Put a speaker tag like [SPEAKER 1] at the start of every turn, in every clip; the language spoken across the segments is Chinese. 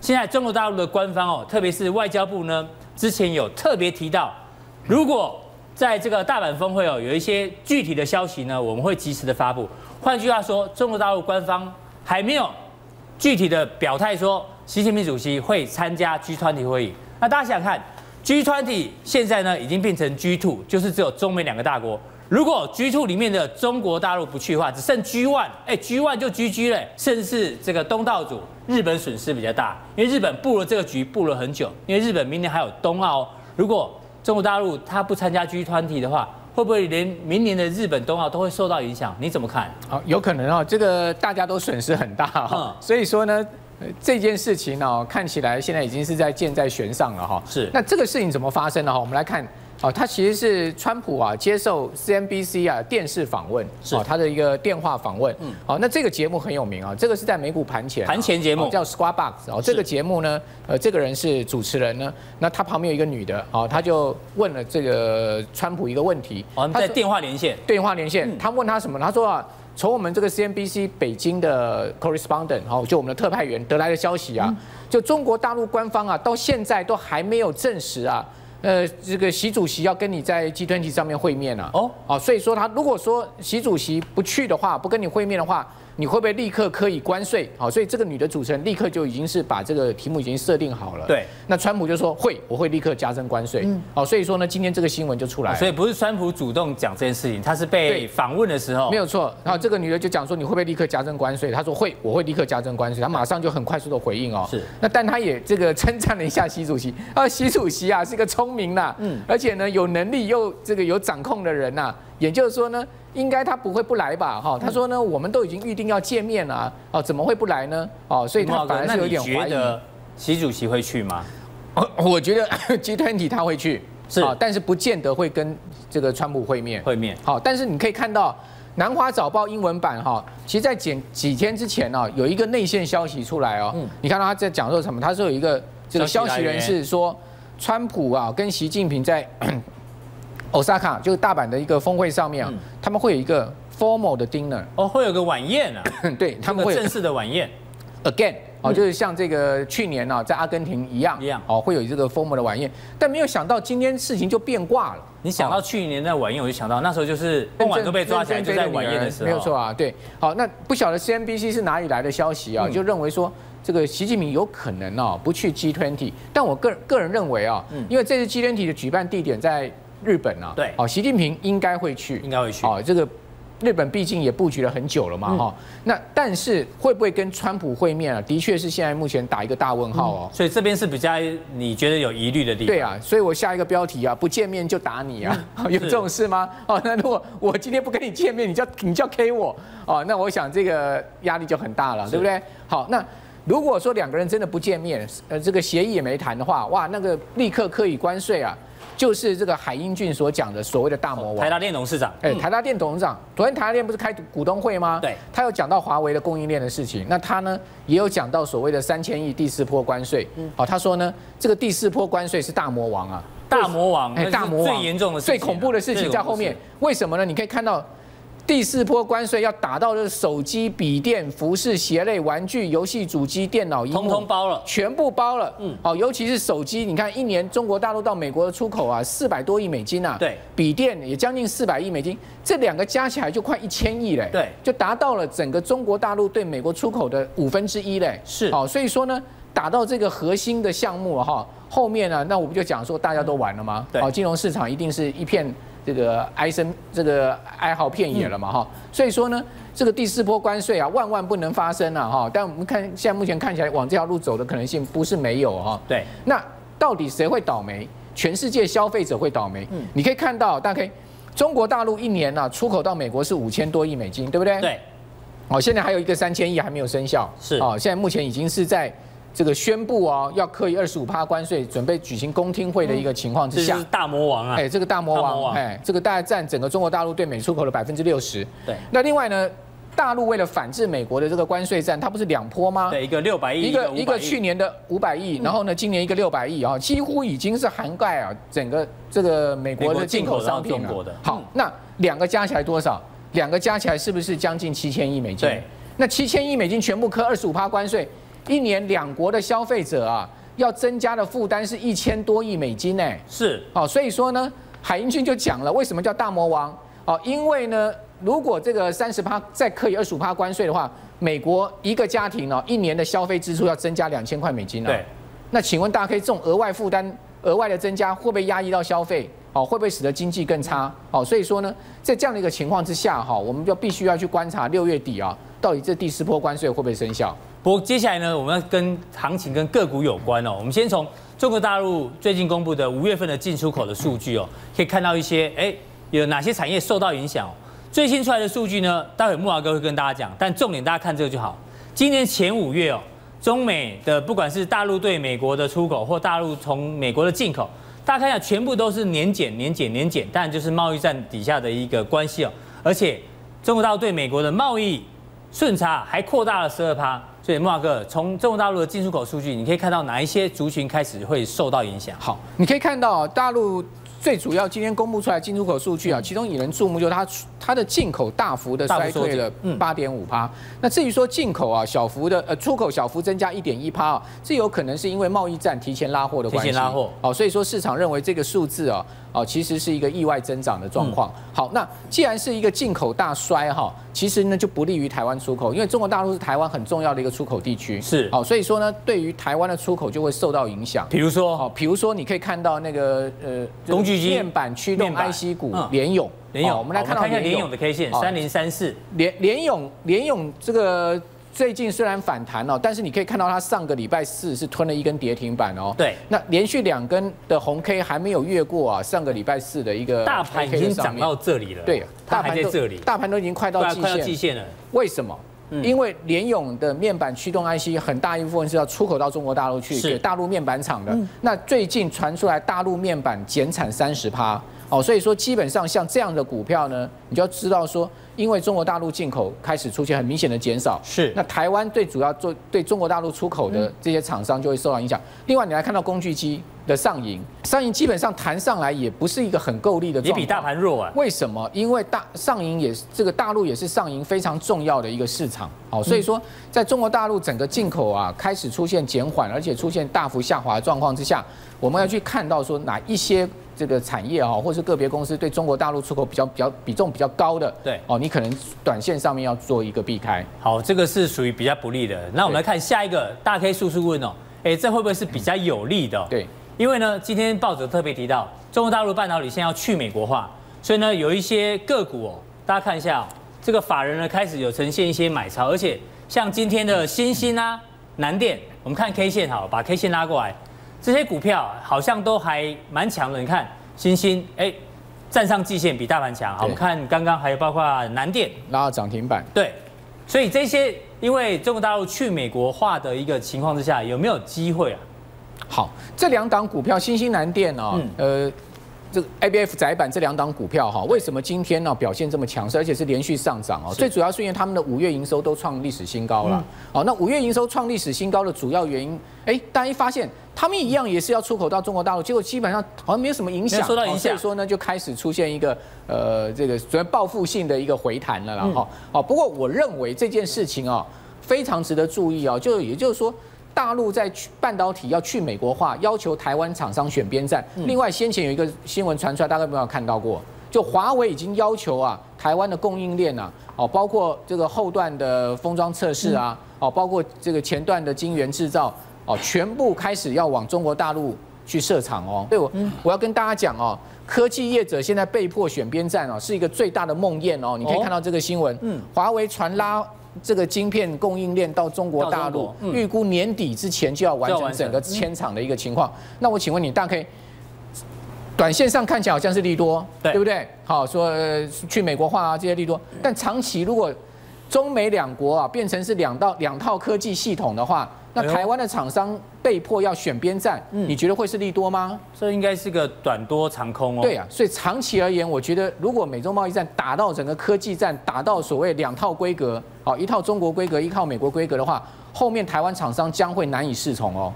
[SPEAKER 1] 现在中国大陆的官方哦，特别是外交部呢，之前有特别提到，如果在这个大阪峰会哦有一些具体的消息呢，我们会及时的发布。换句话说，中国大陆官方还没有具体的表态说习近平主席会参加 G20 会议。那大家想想看，G20 现在呢已经变成 G2，就是只有中美两个大国。如果 G2 里面的中国大陆不去的话，只剩 G1，哎，G1 就 GG 了，甚至这个东道主日本损失比较大，因为日本布了这个局布了很久，因为日本明年还有冬奥、哦，如果中国大陆它不参加 G20 的话，会不会连明年的日本冬奥都会受到影响？你怎么看？
[SPEAKER 2] 好，有可能哦，这个大家都损失很大
[SPEAKER 1] 嗯
[SPEAKER 2] 哈、所以说呢。呃这件事情哦，看起来现在已经是在箭在弦上了哈。
[SPEAKER 1] 是
[SPEAKER 2] 那这个事情怎么发生的哈？我们来看，哦，他其实是川普啊接受 CNBC 啊电视访问，
[SPEAKER 1] 是
[SPEAKER 2] 哦他的一个电话访问。嗯。好，那这个节目很有名啊，这个是在美股盘前啊
[SPEAKER 1] 盘前节目
[SPEAKER 2] 哦叫 Squawkbox 哦。
[SPEAKER 1] 是
[SPEAKER 2] 这个节目呢，呃，这个人是主持人呢，那他旁边有一个女的哦，他就问了这个川普一个问题。
[SPEAKER 1] 哦我们
[SPEAKER 2] 他
[SPEAKER 1] 在
[SPEAKER 2] 说
[SPEAKER 1] 电话连线，
[SPEAKER 2] 电话连
[SPEAKER 1] 嗯
[SPEAKER 2] 线，他问他什么？他说啊，从我们这个 CNBC 北京的 correspondent 哦，就我们的特派员得来的消息
[SPEAKER 1] 嗯
[SPEAKER 2] 啊，就中国大陆官方啊，到现在都还没有证实啊。呃，这个习主席要跟你在 G20 上面会面啊，
[SPEAKER 1] 哦
[SPEAKER 2] 哦，哦，所以说他如果说习主席不去的话，不跟你会面的话，你会不会立刻可以关税？好，所以这个女的主持人立刻就已经是把这个题目已经设定好了。
[SPEAKER 1] 对，
[SPEAKER 2] 那川普就说会，我会立刻加征关税。嗯，好，所以说呢，今天这个新闻就出来了。
[SPEAKER 1] 所以不是川普主动讲这件事情，他是被
[SPEAKER 2] 哎对
[SPEAKER 1] 访问的时候
[SPEAKER 2] 没有错。然后这个女的就讲说，你会不会立刻加征关税？她说会，我会立刻加征关税。她马上就很快速的回应哦。
[SPEAKER 1] 是
[SPEAKER 2] 那但她也这个称赞了一下习主席，啊，习主席啊是一个聪明啦，嗯，而且呢有能力又这个有掌控的人呐、也就是说呢，应该他不会不来吧？
[SPEAKER 1] 嗯
[SPEAKER 2] 哈，他说呢，我们都已经预定要见面了啊，哦，怎么会不来呢？哦，所以他
[SPEAKER 1] 孟浩
[SPEAKER 2] 反
[SPEAKER 1] 哥
[SPEAKER 2] 而
[SPEAKER 1] 那
[SPEAKER 2] 是有
[SPEAKER 1] 你
[SPEAKER 2] 点怀
[SPEAKER 1] 觉
[SPEAKER 2] 疑。
[SPEAKER 1] 得习主席会去吗？
[SPEAKER 2] 我 我觉得 集团体他会去，
[SPEAKER 1] 是
[SPEAKER 2] 啊但是不见得会跟这个川普会面。
[SPEAKER 1] 会面
[SPEAKER 2] 好，但是你可以看到《南华早报》英文版哈，其实在几几天之前呢，有一个内线消息出来哦
[SPEAKER 1] 嗯，
[SPEAKER 2] 你看到他在讲说什么？他说有一个这个
[SPEAKER 1] 消息
[SPEAKER 2] 消
[SPEAKER 1] 来
[SPEAKER 2] 息
[SPEAKER 1] 源
[SPEAKER 2] 人士说，川普啊跟习近平在 Osaka 就是大阪的一个峰会上面啊
[SPEAKER 1] 嗯，
[SPEAKER 2] 他们会有一个 formal 的 dinner，
[SPEAKER 1] 哦，会有个晚宴啊，
[SPEAKER 2] 对他
[SPEAKER 1] 他
[SPEAKER 2] 们
[SPEAKER 1] 们
[SPEAKER 2] 会有
[SPEAKER 1] 正式的晚宴，
[SPEAKER 2] again 哦，就是像这个去年呢，在阿根廷一样，
[SPEAKER 1] 一样
[SPEAKER 2] 哦，会有这个 formal 的晚宴，但没有想到今天事情就变卦了。
[SPEAKER 1] 你想到去年那晚宴，我就想到那时候就是孟晚都被抓起来，就在晚宴的时候，
[SPEAKER 2] 没有错啊，对。好，那不晓得 CNBC 是哪里来的消息啊，
[SPEAKER 1] 嗯
[SPEAKER 2] 就认为说这个习近平有可能哦不去 G20，但我个人个人认为啊
[SPEAKER 1] 嗯，
[SPEAKER 2] 因为这次 G20 的举办地点在日本啊，
[SPEAKER 1] 对
[SPEAKER 2] 哦，习近平应该会去，
[SPEAKER 1] 应该会去嗯
[SPEAKER 2] 哦，这个。日本毕竟也布局了很久了嘛，哈、那但是会不会跟川普会面啊？的确是现在目前打一个大问号哦。
[SPEAKER 1] 所以这边是比较你觉得有疑虑的地方。
[SPEAKER 2] 对啊，所以我下一个标题啊，不见面就打你啊， 有这种事吗？哦，那如果我今天不跟你见面，你叫你叫 K 我哦，那我想这个压力就很大了，对不对？好，那如果说两个人真的不见面，呃，这个协议也没谈的话，哇，那个立刻科以关税啊，就是这个海英俊所讲的所谓的大魔王
[SPEAKER 1] 哦台。达电董事长，
[SPEAKER 2] 哎，
[SPEAKER 1] 嗯
[SPEAKER 2] 台达电董事长，昨天台达电不是开股东会吗？
[SPEAKER 1] 对
[SPEAKER 2] 他有讲到华为的供应链的事情，那他呢也有讲到所谓的三千亿第四波关税。
[SPEAKER 1] 嗯
[SPEAKER 2] 好，他说呢，这个第四波关税是大魔王啊，
[SPEAKER 1] 大魔王，那
[SPEAKER 2] 哎，
[SPEAKER 1] 是
[SPEAKER 2] 大魔王
[SPEAKER 1] 最严重的事情
[SPEAKER 2] 最
[SPEAKER 1] 啊、
[SPEAKER 2] 恐怖的事情在后面
[SPEAKER 1] 最恐。
[SPEAKER 2] 为什么呢？你可以看到第四波关税要打到的手机、笔电、服饰、鞋类、玩具、游戏主机、电脑、荧幕，
[SPEAKER 1] 通通包了
[SPEAKER 2] 全部包了。
[SPEAKER 1] 嗯
[SPEAKER 2] 嗯，哦，尤其是手机，你看一年中国大陆到美国的出口啊，四百多亿美金啊，
[SPEAKER 1] 对，
[SPEAKER 2] 笔电也将近四百亿美金，这两个加起来就快一千亿嘞，
[SPEAKER 1] 对
[SPEAKER 2] 就达到了整个中国大陆对美国出口的五分之一嘞，
[SPEAKER 1] 是
[SPEAKER 2] 哦，所以说呢，打到这个核心的项目哈、后面呢、那我不就讲说大家都完了吗？
[SPEAKER 1] 嗯对
[SPEAKER 2] 哦，金融市场一定是一片这个哀声，这个哀嚎遍野了嘛哈、所以说呢，这个第四波关税啊，万万不能发生啊哈。但我们看现在目前看起来往这条路走的可能性不是没有哈、
[SPEAKER 1] 怖对，
[SPEAKER 2] 那到底谁会倒霉？全世界消费者会倒霉。
[SPEAKER 1] 嗯
[SPEAKER 2] 你可以看到，大概中国大陆一年呢、啊、出口到美国是五千多亿美金，对不对？。
[SPEAKER 1] 对，
[SPEAKER 2] 哦，现在还有一个三千亿还没有生效，
[SPEAKER 1] 是
[SPEAKER 2] 哦，现在目前已经是在这个宣布哦要刻意二十五趴关税，准备举行公听会的一个情况
[SPEAKER 1] 这
[SPEAKER 2] 之
[SPEAKER 1] 就
[SPEAKER 2] 下
[SPEAKER 1] 是，大魔王啊。
[SPEAKER 2] 哎，这个大魔
[SPEAKER 1] 大魔
[SPEAKER 2] 王，
[SPEAKER 1] 王
[SPEAKER 2] 哎，这个大概占整个中国大陆对美出口的百分之六十。
[SPEAKER 1] 对
[SPEAKER 2] 那另外呢，大陆为了反制美国的这个关税战，它不是两波吗？
[SPEAKER 1] 对，一个六百亿，嗯
[SPEAKER 2] 一个一
[SPEAKER 1] 500
[SPEAKER 2] 个
[SPEAKER 1] 亿
[SPEAKER 2] 去年的五百亿，然后呢，今年一个六百亿啊，几乎已经是涵盖啊整个这个美国的进口商品
[SPEAKER 1] 美国进口到中国
[SPEAKER 2] 了
[SPEAKER 1] 的。
[SPEAKER 2] 好
[SPEAKER 1] 嗯，
[SPEAKER 2] 那两个加起来多少？两个加起来是不是将近七千亿美金？
[SPEAKER 1] 对，
[SPEAKER 2] 那七千亿美金全部扣二十五趴关税，一年两国的消费者啊，要增加的负担是一千多亿美金呢。
[SPEAKER 1] 是
[SPEAKER 2] 哦，所以说呢，海英俊就讲了，为什么叫大魔王？哦，因为呢，如果这个三十趴再刻以二十五趴关税的话，美国一个家庭哦，一年的消费支出要增加两千块美金啊。
[SPEAKER 1] 对。
[SPEAKER 2] 那请问大家可以这种额外负担、额外的增加，会不会压抑到消费？哦，会不会使得经济更差？哦，所以说呢，在这样的一个情况之下哈、我们就必须要去观察六月底啊，到底这第四波关税会不会生效？
[SPEAKER 1] 不过接下来呢，我们要跟行情跟个股有关哦。我们先从中国大陆最近公布的五月份的进出口的数据哦，可以看到一些哎有哪些产业受到影响、哦。最新出来的数据呢，待会木华哥会跟大家讲，但重点大家看这个就好。今年前五月哦，中美的不管是大陆对美国的出口或大陆从美国的进口，大家看一下，全部都是年减、年减、年减，当然就是贸易战底下的一个关系哦。而且中国大陆对美国的贸易顺差还扩大了十二趴。所以莫哥，从中国大陆的进出口数据，你可以看到哪一些族群开始会受到影响？
[SPEAKER 2] 好，你可以看到大陆最主要今天公布出来进出口数据
[SPEAKER 1] 嗯
[SPEAKER 2] 啊，其中引人注目就是它它的进口大幅的衰退了
[SPEAKER 1] 嗯
[SPEAKER 2] 八点五趴。那至于说进口啊小幅的呃出口小幅增加一点一趴啊，这有可能是因为贸易战提前拉货的关系。
[SPEAKER 1] 提前拉货
[SPEAKER 2] 哦，所以说市场认为这个数字啊哦其实是一个意外增长的状况。
[SPEAKER 1] 嗯
[SPEAKER 2] 好，那既然是一个进口大衰哈，其实呢就不利于台湾出口，因为中国大陆是台湾很重要的一个出口地区。
[SPEAKER 1] 是
[SPEAKER 2] 哦，所以说呢对于台湾的出口就会受到影响。
[SPEAKER 1] 比如
[SPEAKER 2] 哦，
[SPEAKER 1] 说，
[SPEAKER 2] 比如说你可以看到那个呃
[SPEAKER 1] 工具机
[SPEAKER 2] 面板驱动
[SPEAKER 1] 面板
[SPEAKER 2] IC 股
[SPEAKER 1] 嗯
[SPEAKER 2] 联咏，
[SPEAKER 1] 联
[SPEAKER 2] 哦
[SPEAKER 1] 勇，
[SPEAKER 2] 我们来
[SPEAKER 1] 好
[SPEAKER 2] 看到
[SPEAKER 1] 我一下
[SPEAKER 2] 联
[SPEAKER 1] 联勇
[SPEAKER 2] 咏
[SPEAKER 1] 的 K 线
[SPEAKER 2] 哦
[SPEAKER 1] 三零三四，
[SPEAKER 2] 联联咏联咏这个最近虽然反弹哦，但是你可以看到它上个礼拜四是吞了一根跌停板哦。
[SPEAKER 1] 对
[SPEAKER 2] 那连续两根的红 K 还没有越过啊，上个礼拜四的一个
[SPEAKER 1] 大盘已
[SPEAKER 2] 呃 K
[SPEAKER 1] 经
[SPEAKER 2] 的上
[SPEAKER 1] 涨
[SPEAKER 2] 面
[SPEAKER 1] 到这里了，
[SPEAKER 2] 对，
[SPEAKER 1] 它还在这里，
[SPEAKER 2] 大盘都已经快到
[SPEAKER 1] 对啊，
[SPEAKER 2] 季
[SPEAKER 1] 快要季
[SPEAKER 2] 线，
[SPEAKER 1] 线了，
[SPEAKER 2] 为什么？
[SPEAKER 1] 嗯
[SPEAKER 2] 因为联咏的面板驱动 IC 很大一部分是要出口到中国大陆去，
[SPEAKER 1] 是嗯
[SPEAKER 2] 给大陆面板厂的。那最近传出来大陆面板减产三十趴，哦，所以说基本上像这样的股票呢，你就要知道说，因为中国大陆进口开始出现很明显的减少，
[SPEAKER 1] 是嗯
[SPEAKER 2] 那台湾最主要做对中国大陆出口的这些厂商就会受到影响。另外，你来看到工具机的上影，上影基本上弹上来也不是一个很够力的
[SPEAKER 1] 也
[SPEAKER 2] 状况，
[SPEAKER 1] 比大盘弱啊。
[SPEAKER 2] 为什么？因为大上影也是这个大陆也是上影非常重要的一个市场，好，所以说在中国大陆整个进口啊开始出现减缓，而且出现大幅下滑的状况之下，我们要去看到说哪一些这个产业啊，或是个别公司对中国大陆出口比较比较比重比较高的，
[SPEAKER 1] 对
[SPEAKER 2] 哦，你可能短线上面要做一个避开。
[SPEAKER 1] 好，这个是属于比较不利的。那我们来看下一个，大 K 叔叔问哦，哎，这会不会是比较有利的、哦？
[SPEAKER 2] 对，
[SPEAKER 1] 因为呢，今天报纸特别提到，中国大陆半导体现在要去美国化，所以呢，有一些个股哦，大家看一下、哦，这个法人呢开始有呈现一些买超，而且像今天的新兴啊、南电，我们看 K 线好了，把 K 线拉过来，这些股票好像都还蛮强的。你看新兴，哎，站上季线比大盘强。好，
[SPEAKER 2] 对
[SPEAKER 1] 我们看刚刚还有包括南电，
[SPEAKER 2] 拉到涨停板。
[SPEAKER 1] 对，所以这些因为中国大陆去美国化的一个情况之下，有没有机会啊？
[SPEAKER 2] 好，这两档股票，新兴南电啊、
[SPEAKER 1] 嗯
[SPEAKER 2] 呃，这个 ABF 窄板这两档股票哈、为什么今天呢、表现这么强势，而且是连续上涨哦？最主要是因为他们的五月营收都创历史新高了。
[SPEAKER 1] 嗯
[SPEAKER 2] 好、那五月营收创历史新高的主要原因，哎，大家一发现他们一样也是要出口到中国大陆，结果基本上好像没有什么影
[SPEAKER 1] 没
[SPEAKER 2] 响，
[SPEAKER 1] 有受到
[SPEAKER 2] 哦
[SPEAKER 1] 影
[SPEAKER 2] 所以
[SPEAKER 1] 响
[SPEAKER 2] 说呢，就开始出现一个呃，这个主要报复性的一个回弹了啦哈。哦，不过我认为这件事情啊、非常值得注意哦，就也就是说。大陆在去半导体要去美国化，要求台湾厂商选边站。另外，先前有一个新闻传出来，大家有没有看到过？就华为已经要求啊，台湾的供应链啊，哦，包括这个后段的封装测试啊，哦，包括这个前段的晶圆制造，哦，全部开始要往中国大陆去设厂哦。对我，我要跟大家讲哦，科技业者现在被迫选边站哦，是一个最大的梦魇哦。你可以
[SPEAKER 1] 哦
[SPEAKER 2] 看到这个新闻，
[SPEAKER 1] 嗯
[SPEAKER 2] 嗯，华为传拉这个晶片供应链到中国大
[SPEAKER 1] 到
[SPEAKER 2] 陆
[SPEAKER 1] 中国，嗯
[SPEAKER 2] 预估年底之前就要完
[SPEAKER 1] 就要
[SPEAKER 2] 成
[SPEAKER 1] 完成嗯
[SPEAKER 2] 整个迁厂的一个情况。那我请问你，大概短线上看起来好像是利多，
[SPEAKER 1] 对嗯
[SPEAKER 2] 不对？好，说呃去美国化啊这些利多，但长期如果中美两国啊变成是两道两套科技系统的话，那
[SPEAKER 1] 哎呦嗯
[SPEAKER 2] 台湾的厂商被迫要选边站，你觉得会是利多吗？
[SPEAKER 1] 这应该是个短多长空哦。
[SPEAKER 2] 对啊，所以长期而言，我觉得如果美中贸易战打到整个科技战，打到所谓两套规格，好一套中国规格，一套美国规格的话，后面台湾厂商将会难以适从哦。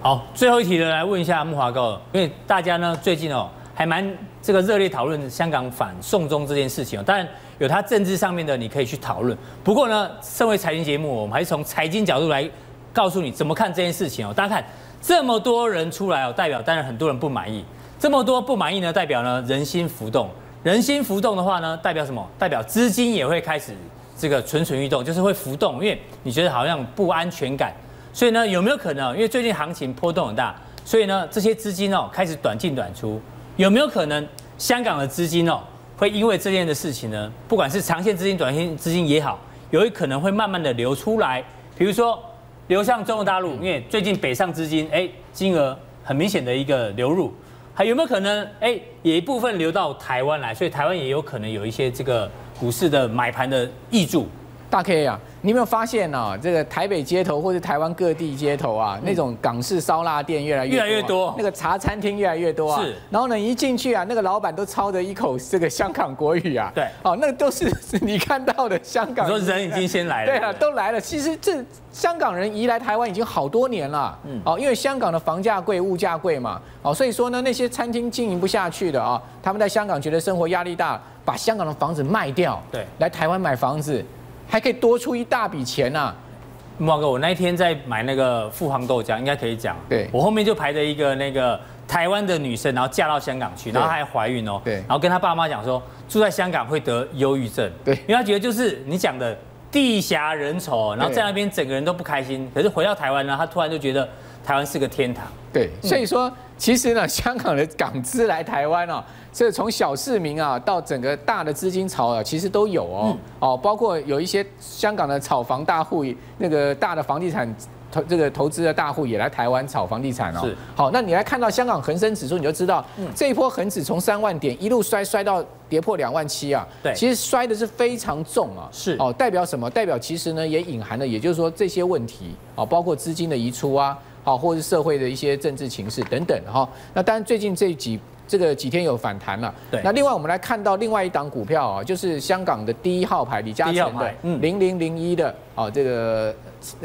[SPEAKER 1] 好，最后一题呢，来问一下木华哥，因为大家呢最近哦还蛮这个热烈讨论香港反送中这件事情哦，当然有它政治上面的你可以去讨论，不过呢，身为财经节目，我们还是从财经角度来告诉你怎么看这件事情哦。大家看这么多人出来哦，代表当然很多人不满意，这么多不满意呢，代表呢人心浮动，人心浮动的话呢，代表什么？代表资金也会开始这个蠢蠢欲动，就是会浮动，因为你觉得好像不安全感，所以呢有没有可能？因为最近行情波动很大，所以呢这些资金哦开始短进短出，有没有可能香港的资金哦？会因为这件的事情呢，不管是长线资金、短线资金也好，有可能会慢慢的流出来，比如说流向中国大陆，因为最近北上资金哎金额很明显的一个流入，还有没有可能哎也一部分流到台湾来，所以台湾也有可能有一些这个股市的买盘的益助。
[SPEAKER 2] 大 K 啊，你有没有发现啊？这个台北街头或者台湾各地街头啊，那种港式烧腊店越来越
[SPEAKER 1] 嗯越来越多
[SPEAKER 2] 那个茶餐厅越来越多啊。
[SPEAKER 1] 是
[SPEAKER 2] 然后呢，一进去啊，那个老板都操着一口这个香港国语啊。
[SPEAKER 1] 对
[SPEAKER 2] 哦，那个都是 是你看到的香
[SPEAKER 1] 你
[SPEAKER 2] 港。
[SPEAKER 1] 说人已经先来了，
[SPEAKER 2] 对啊，都来了。其实这香港人移来台湾已经好多年了，
[SPEAKER 1] 嗯
[SPEAKER 2] 哦，因为香港的房价贵、物价贵嘛，哦，所以说呢，那些餐厅经营不下去的啊、他们在香港觉得生活压力大，把香港的房子卖掉，
[SPEAKER 1] 对
[SPEAKER 2] 来台湾买房子，还可以多出一大笔钱啊呐、
[SPEAKER 1] 木华哥，我那一天在买那个富航豆浆，应该可以讲。
[SPEAKER 2] 对
[SPEAKER 1] 我后面就排着一个那个台湾的女生，然后嫁到香港去，然后她还怀孕哦。
[SPEAKER 2] 对
[SPEAKER 1] 然后跟她爸妈讲说，住在香港会得忧郁症。
[SPEAKER 2] 对
[SPEAKER 1] 因为她觉得就是你讲的地狭人稠，然后在那边整个人都不开心。可是回到台湾呢，她突然就觉得台湾是个天堂。
[SPEAKER 2] 对，
[SPEAKER 1] 嗯
[SPEAKER 2] 所以说其实呢，香港的港资来台湾啊，这从小市民啊到整个大的资金潮啊，其实都有哦。
[SPEAKER 1] 嗯
[SPEAKER 2] 哦，包括有一些香港的炒房大户，那个大的房地产投这个投资的大户也来台湾炒房地产哦。
[SPEAKER 1] 是。嗯
[SPEAKER 2] 好，那你来看到香港恒生指数，你就知道这一波恒指从三万点一路摔摔到跌破两万七啊。
[SPEAKER 1] 对
[SPEAKER 2] 其实摔的是非常重啊。
[SPEAKER 1] 是
[SPEAKER 2] 哦，代表什么？代表其实呢也隐含了，也就是说这些问题啊，包括资金的移出啊，好，或者是社会的一些政治情势等等哈。那当然最近这几这个几天有反弹了。
[SPEAKER 1] 对
[SPEAKER 2] 那另外我们来看到另外一档股票啊，就是香港的第一号牌李嘉
[SPEAKER 1] 第一号
[SPEAKER 2] 诚的
[SPEAKER 1] 牌嗯
[SPEAKER 2] 零零零一的啊，这个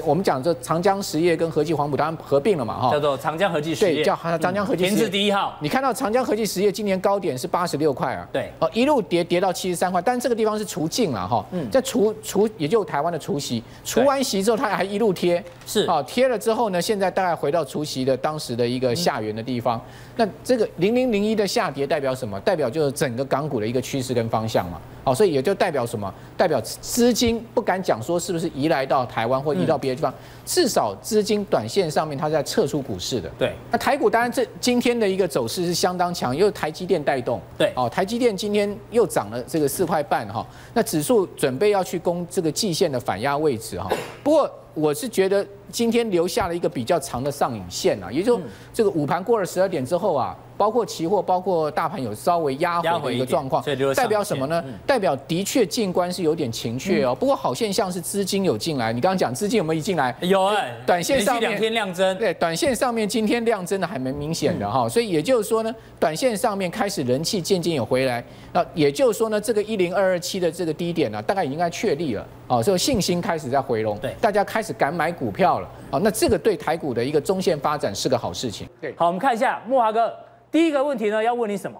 [SPEAKER 2] 我们讲这长江实业跟和记黄埔当然合并了嘛哈
[SPEAKER 1] 叫。做长江和记实
[SPEAKER 2] 对
[SPEAKER 1] 业，嗯
[SPEAKER 2] 叫啊长江和记实
[SPEAKER 1] 田
[SPEAKER 2] 业
[SPEAKER 1] 字第一号。
[SPEAKER 2] 你看到长江和记实业今年高点是八十六块啊，
[SPEAKER 1] 对
[SPEAKER 2] 哦一路跌跌到七十三块，但这个地方是除净了哈，
[SPEAKER 1] 嗯
[SPEAKER 2] 这除除也就台湾的除息，除完息之后它还一路贴，
[SPEAKER 1] 是
[SPEAKER 2] 哦贴了之后呢，现在大概回到除息的当时的一个下缘的地
[SPEAKER 1] 嗯
[SPEAKER 2] 方，那这个零零零一的下跌代表什么？代表就是整个港股的一个趋势跟方向嘛，哦，所以也就代表什么？代表资金不敢讲说是不是移来到台湾或移
[SPEAKER 1] 嗯
[SPEAKER 2] 到别的地方，至少资金短线上面它是在撤出股市的，
[SPEAKER 1] 对，
[SPEAKER 2] 那台股当然这今天的一个走势是相当强，又台积电带动，
[SPEAKER 1] 对
[SPEAKER 2] 哦，台积电今天又涨了这个四块半哈，那指数准备要去攻这个季线的反压位置哈，不过我是觉得今天留下了一个比较长的上影线啊，也就是
[SPEAKER 1] 嗯
[SPEAKER 2] 说这个午盘过了十二点之后啊，包括期货、包括大盘有稍微压
[SPEAKER 1] 压
[SPEAKER 2] 回
[SPEAKER 1] 回
[SPEAKER 2] 的
[SPEAKER 1] 一
[SPEAKER 2] 一个
[SPEAKER 1] 点
[SPEAKER 2] 状况
[SPEAKER 1] 所以留，了上
[SPEAKER 2] 代
[SPEAKER 1] 影
[SPEAKER 2] 表什么呢
[SPEAKER 1] 线？嗯
[SPEAKER 2] 代表的确进关是有点情绪哦，不过好现象是资金有进来，你刚刚讲资金有没有一进来？
[SPEAKER 1] 有哎，
[SPEAKER 2] 短线
[SPEAKER 1] 连续
[SPEAKER 2] 上面
[SPEAKER 1] 两天亮增，
[SPEAKER 2] 对，短线上面今天量真的还蛮明显
[SPEAKER 1] 嗯
[SPEAKER 2] 的哈，所以也就是说呢，短线上面开始人气渐渐有回来，那也就是说呢，这个一零二二七的这个低点呢、大概已经应该确立了，哦，所以信心开始在回笼，
[SPEAKER 1] 对
[SPEAKER 2] 大家开始敢买股票了，哦，那这个对台股的一个中线发展是个好事情，对
[SPEAKER 1] 好，我们看一下木华哥，第一个问题呢，要问你什么？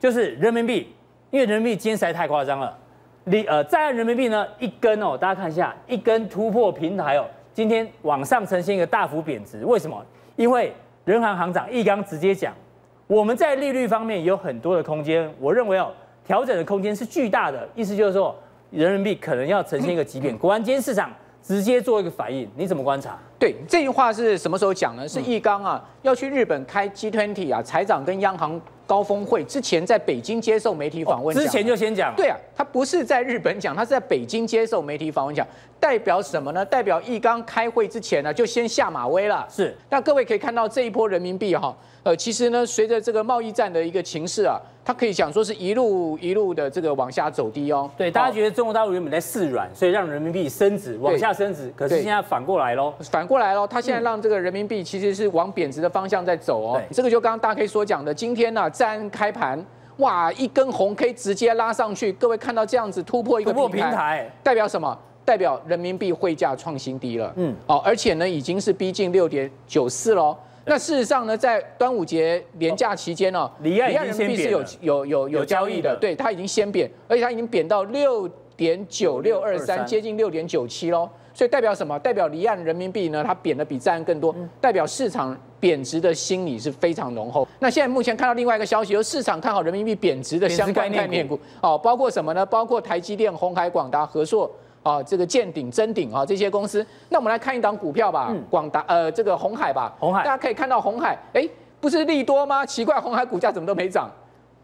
[SPEAKER 1] 就是人民币，因为人民币今天实在太夸张了。你呃，在岸人民币呢，一根哦，大家看一下，一根突破平台哦，今天往上呈现一个大幅贬值。为什么？因为人行行长易纲直接讲，我们在利率方面有很多的空间，我认为哦，调整的空间是巨大的。意思就是说，人民币可能要呈现一个急贬，果然今天市场直接做一个反应，你怎么观察？
[SPEAKER 2] 对，这句话是什么时候讲
[SPEAKER 1] 嗯
[SPEAKER 2] 呢？是易纲啊，要去日本开 G20 啊，财长跟央行高峰会之前，在北京接受媒体访问、
[SPEAKER 1] 哦之前就先讲，
[SPEAKER 2] 对啊，他不是在日本讲，他是在北京接受媒体访问讲，代表什么呢？代表易纲开会之前呢，就先下马威了。
[SPEAKER 1] 是
[SPEAKER 2] 那各位可以看到这一波人民币哈，呃，其实呢，随着这个贸易战的一个情势啊，它可以讲说是一路一路的这个往下走低哦。
[SPEAKER 1] 对，大家
[SPEAKER 2] 哦
[SPEAKER 1] 觉得中国大陆原本在示软，所以让人民币升值往下升值，可是
[SPEAKER 2] 对
[SPEAKER 1] 现在反过来喽。
[SPEAKER 2] 反过来喽，它现在让这个人民币其实是往贬值的方向在走哦
[SPEAKER 1] 嗯对。
[SPEAKER 2] 这个就刚刚大 K 所讲的，今天呢、啊，站开盘，哇，一根红 K 直接拉上去，各位看到这样子突破一个
[SPEAKER 1] 突破平台，
[SPEAKER 2] 代表什么？代表人民币汇价创新低了，
[SPEAKER 1] 嗯
[SPEAKER 2] 嗯，哦，而且呢，已经是逼近六点九四喽。那事实上呢，在端午节连假期间呢，
[SPEAKER 1] 哦离岸已经
[SPEAKER 2] 人民
[SPEAKER 1] 先
[SPEAKER 2] 币是
[SPEAKER 1] 贬
[SPEAKER 2] 有
[SPEAKER 1] 了
[SPEAKER 2] 有
[SPEAKER 1] 有
[SPEAKER 2] 有有
[SPEAKER 1] 交
[SPEAKER 2] 交
[SPEAKER 1] 易
[SPEAKER 2] 易
[SPEAKER 1] 的
[SPEAKER 2] 的，对，它已经先贬，而且它已经贬到六点九六二三，
[SPEAKER 1] 6.923
[SPEAKER 2] 接近六点九七喽。所以代表什么？代表离岸人民币呢，它贬的比在岸更
[SPEAKER 1] 嗯
[SPEAKER 2] 多，代表市场贬值的心理是非常浓厚。那现在目前看到另外一个消息，就是市场看好人民币贬值的相关
[SPEAKER 1] 贬值概
[SPEAKER 2] 概
[SPEAKER 1] 念
[SPEAKER 2] 念
[SPEAKER 1] 股
[SPEAKER 2] 股，哦，包括什么呢？包括台积电、红海、广达、和硕。啊、这个建鼎、臻鼎啊，这些公司，那我们来看一档股票吧，广达呃，这个红海吧，
[SPEAKER 1] 鸿嗯海
[SPEAKER 2] 大家可以看到红海，哎，不是利多吗？奇怪，红海股价怎么都没涨，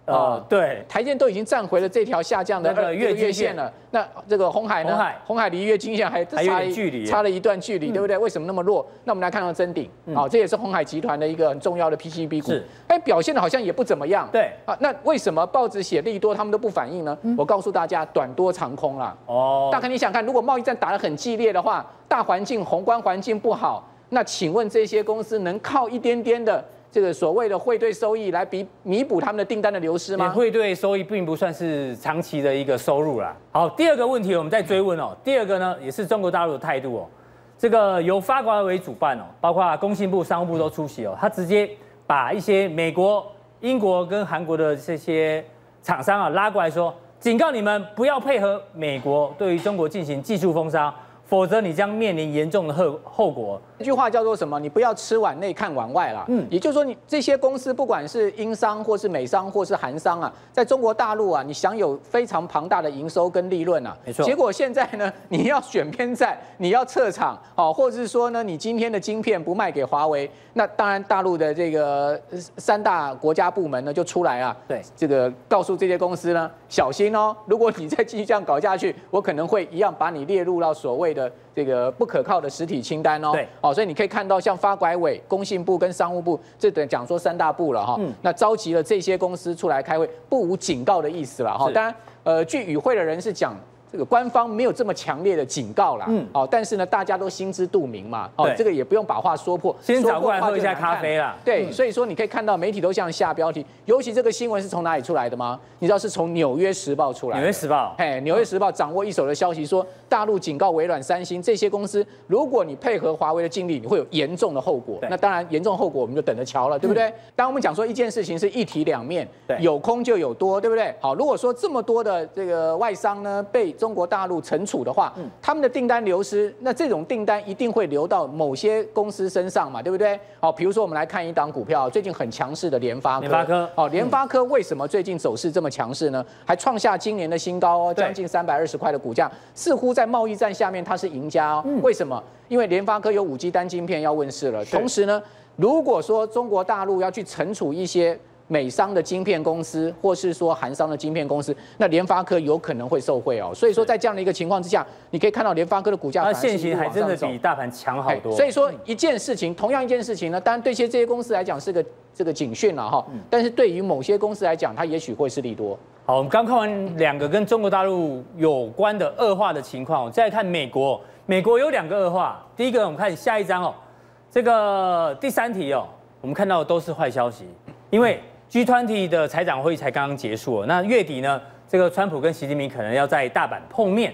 [SPEAKER 2] 哦啊
[SPEAKER 1] 呃，对，
[SPEAKER 2] 台建都已经站回了这条下降的
[SPEAKER 1] 那个
[SPEAKER 2] 二
[SPEAKER 1] 月
[SPEAKER 2] 这个
[SPEAKER 1] 均线
[SPEAKER 2] 线了。那这个红海呢？
[SPEAKER 1] 红海
[SPEAKER 2] 离月均线还差
[SPEAKER 1] 还有
[SPEAKER 2] 一
[SPEAKER 1] 点距离嗯
[SPEAKER 2] 差了一段距离，对不对？为什么那么弱？那我们来看到真鼎，好，这也是红海集团的一个很重要的 PCB 股
[SPEAKER 1] 是，
[SPEAKER 2] 哎，表现的好像也不怎么样。
[SPEAKER 1] 对嗯
[SPEAKER 2] 啊，那为什么报纸写利多他们都不反应呢？我告诉大家，短多长空啦。
[SPEAKER 1] 哦
[SPEAKER 2] 大，哥，你想看，如果贸易战打得很激烈的话，大环境宏观环境不好，那请问这些公司能靠一点点的这个所谓的汇兑收益来比弥补他们的订单的流失
[SPEAKER 1] 也
[SPEAKER 2] 吗？
[SPEAKER 1] 会对收益并不算是长期的一个收入啦。好，第二个问题我们再追问哦。第二个呢，也是中国大陆的态度哦。这个由发改委为主办哦，包括工信部、商务部都出席哦。他直接把一些美国、英国跟韩国的这些厂商啊拉过来说，警告你们不要配合美国对于中国进行技术封杀，否则你将面临严重的后后果。
[SPEAKER 2] 这句话叫做什么？你不要吃碗内看碗外啦。
[SPEAKER 1] 嗯
[SPEAKER 2] 嗯，也就是说，你这些公司不管是英商或是美商或是韩商啊，在中国大陆啊，你享有非常庞大的营收跟利润啊。
[SPEAKER 1] 没错
[SPEAKER 2] 结果现在呢， 你要选边站，你要撤场，哦，或者是说呢，你今天的晶片不卖给华为，那当然大陆的这个呃三大国家部门呢就出来啊，
[SPEAKER 1] 对
[SPEAKER 2] 这个告诉这些公司呢，小心哦，如果你再继续这样搞下去， 我可能会一样把你列入到所谓的这个不可靠的实体清单哦。
[SPEAKER 1] 对
[SPEAKER 2] 哦，所以你可以看到，像发改委、工信部跟商务部，这等讲说三大部了哈、
[SPEAKER 1] 嗯
[SPEAKER 2] 那召集了这些公司出来开会，不无警告的意思了哈、
[SPEAKER 1] 是
[SPEAKER 2] 当然，呃，据与会的人是讲。这个官方没有这么强烈的警告啦，
[SPEAKER 1] 嗯
[SPEAKER 2] 哦，但是呢，大家都心知肚明嘛，哦
[SPEAKER 1] 对，
[SPEAKER 2] 这个也不用把话说破，
[SPEAKER 1] 先
[SPEAKER 2] 说
[SPEAKER 1] 找
[SPEAKER 2] 破
[SPEAKER 1] 过来
[SPEAKER 2] 话
[SPEAKER 1] 喝一
[SPEAKER 2] 就
[SPEAKER 1] 下
[SPEAKER 2] 难
[SPEAKER 1] 咖
[SPEAKER 2] 看
[SPEAKER 1] 啡啦
[SPEAKER 2] 对，所以说你可以看到媒体都像下标题，尤其这个新闻是从哪里出来的吗？你知道是从《纽约时报》出来
[SPEAKER 1] 《
[SPEAKER 2] 的。
[SPEAKER 1] 纽约时报》
[SPEAKER 2] 哎，《纽约时报》掌握一手的消息说，大陆警告微软、三星这些公司，如果你配合华为的禁令，你会有严重的后果
[SPEAKER 1] 对。嗯
[SPEAKER 2] 那当然，严重后果我们就等着瞧了，对不对？当我们讲说一件事情是一体两面
[SPEAKER 1] 对，
[SPEAKER 2] 有空就有多，对不对？好，如果说这么多的这个外商呢被中国大陆惩处的话，
[SPEAKER 1] 嗯
[SPEAKER 2] 他们的订单流失，那这种订单一定会流到某些公司身上嘛，对不对？好，比如说我们来看一档股票，最近很强势的联发科。
[SPEAKER 1] 联发科
[SPEAKER 2] 哦，联发科为什么最近走势这么强势呢？还创下今年的新高哦，
[SPEAKER 1] 对
[SPEAKER 2] 将近三百二十块的股价，似乎在贸易战下面它是赢家哦。为什么？因为联发科有五 G 单晶片要问世了，
[SPEAKER 1] 嗯是
[SPEAKER 2] 同时呢，如果说中国大陆要去惩处一些。美商的晶片公司，或是说韩商的晶片公司，那联发科有可能会受惠哦。所以说，在这样的一个情况之下，你可以看到联发科的股价
[SPEAKER 1] 它
[SPEAKER 2] 反而是
[SPEAKER 1] 现
[SPEAKER 2] 一
[SPEAKER 1] 行
[SPEAKER 2] 路
[SPEAKER 1] 还
[SPEAKER 2] 往
[SPEAKER 1] 真的
[SPEAKER 2] 上走
[SPEAKER 1] 比大盘强好
[SPEAKER 2] 哎，
[SPEAKER 1] 多，嗯
[SPEAKER 2] 所以说一件事情，同样一件事情呢，当然对一些这些公司来讲是个这个警讯了哈，
[SPEAKER 1] 嗯
[SPEAKER 2] 但是对于某些公司来讲，它也许会是利多。
[SPEAKER 1] 好，我们刚看完两个跟中国大陆有关的恶化的情况，我们再来看美国。美国有两个恶化，第一个我们看下一章哦，这个第三题哦，我们看到的都是坏消息，因为 G 团体的财长会议才刚刚结束、哦，那月底呢，这个川普跟习近平可能要在大阪碰面。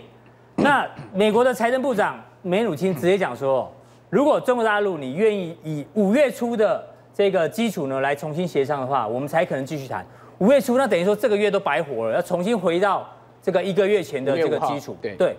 [SPEAKER 1] 那美国的财政部长梅努钦直接讲说，如果中国大陆你愿意以五月初的这个基础呢来重新协商的话，我们才可能继续谈。五月初那等于说这个月都白活了，要重新回到这个一个月前的这个基础
[SPEAKER 2] 5。月5号
[SPEAKER 1] 对，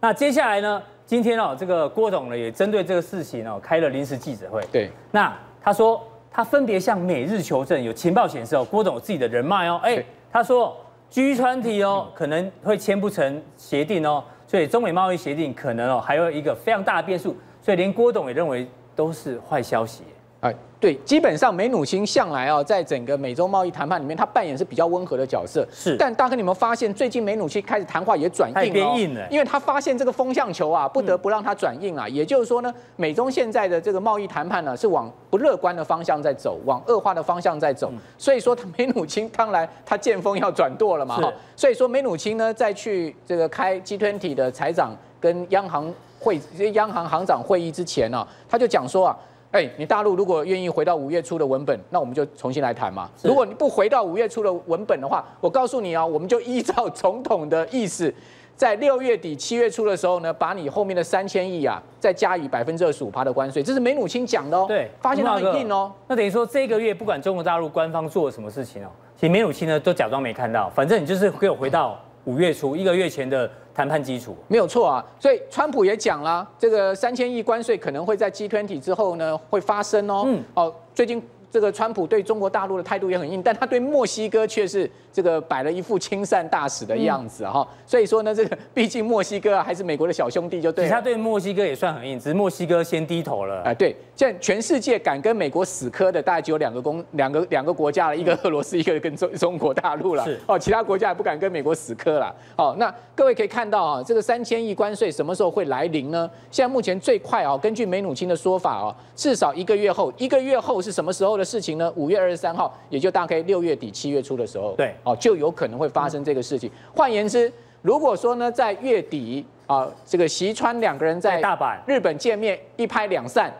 [SPEAKER 1] 那接下来呢，今天哦，这个郭董呢也针对这个事情哦开了临时记者会。
[SPEAKER 2] 对，
[SPEAKER 1] 那他说他分别向美日求证，有情报显示哦，郭董有自己的人脉哦，哎
[SPEAKER 2] 对，
[SPEAKER 1] 他说 G 团体哦可能会签不成协定哦，所以中美贸易协定可能哦还有一个非常大的变数，所以连郭董也认为都是坏消息。
[SPEAKER 2] 哎，对，基本上梅努钦向来啊，在整个美洲贸易谈判里面，他扮演是比较温和的角色。
[SPEAKER 1] 是
[SPEAKER 2] 但大哥，你们发现最近梅努钦开始谈话也转
[SPEAKER 1] 他也
[SPEAKER 2] 硬
[SPEAKER 1] 变
[SPEAKER 2] 哦
[SPEAKER 1] 硬了嗯
[SPEAKER 2] 因为他发现这个风向球啊，不得不让它转硬啊。也就是说呢，美中现在的这个贸易谈判呢，是往不乐观的方向在走，往恶化的方向在
[SPEAKER 1] 嗯
[SPEAKER 2] 走。所以说，他梅努钦当然他见风要转舵了嘛。
[SPEAKER 1] 是
[SPEAKER 2] 哈所以说，梅努钦呢，在去这个开 G20 的财长跟央行会、央行行长会议之前呢、啊，他就讲说啊，哎，你大陆如果愿意回到五月初的文本，那我们就重新来谈嘛。
[SPEAKER 1] 是
[SPEAKER 2] 如果你不回到五月初的文本的话，我告诉你啊，我们就依照总统的意思。在六月底、七月初的时候呢，把你后面的三千亿啊，再加以百分之二十五趴的关税，这是梅努钦讲的哦。
[SPEAKER 1] 对，
[SPEAKER 2] 发现他
[SPEAKER 1] 那个
[SPEAKER 2] 很硬哦。
[SPEAKER 1] 那等于说这个月不管中国大陆官方做了什么事情哦，其实梅鲁钦呢都假装没看到，反正你就是给我回到五月初一个月前的谈判基础。
[SPEAKER 2] 没有错啊，所以川普也讲了，这个三千亿关税可能会在 G20 之后呢会发生哦。
[SPEAKER 1] 嗯
[SPEAKER 2] 哦，最近这个川普对中国大陆的态度也很硬，但他对墨西哥却是这个摆了一副亲善大使的样子哈、所以说呢，这个毕竟墨西哥啊还是美国的小兄弟就
[SPEAKER 1] 其
[SPEAKER 2] 对
[SPEAKER 1] 实
[SPEAKER 2] 了
[SPEAKER 1] 他。对墨西哥也算很硬，只是墨西哥先低头了。
[SPEAKER 2] 哎，对，现在全世界敢跟美国死磕的，大概只有两个公两个两个国家了，一个俄罗斯，一个跟中中国大陆了
[SPEAKER 1] 是。
[SPEAKER 2] 哦，其他国家也不敢跟美国死磕了。哦，那各位可以看到啊、这个三千亿关税什么时候会来临呢？现在目前最快哦，根据梅努钦的说法哦，至少一个月后。一个月后是什么时候的事情呢？五月二十三号，也就大概六月底七月初的时候。
[SPEAKER 1] 对
[SPEAKER 2] 哦，就有可能会发生这个事情。换言之，如果说呢，在月底啊、这个席川两个人在
[SPEAKER 1] 在大阪
[SPEAKER 2] 日本见面一拍两散，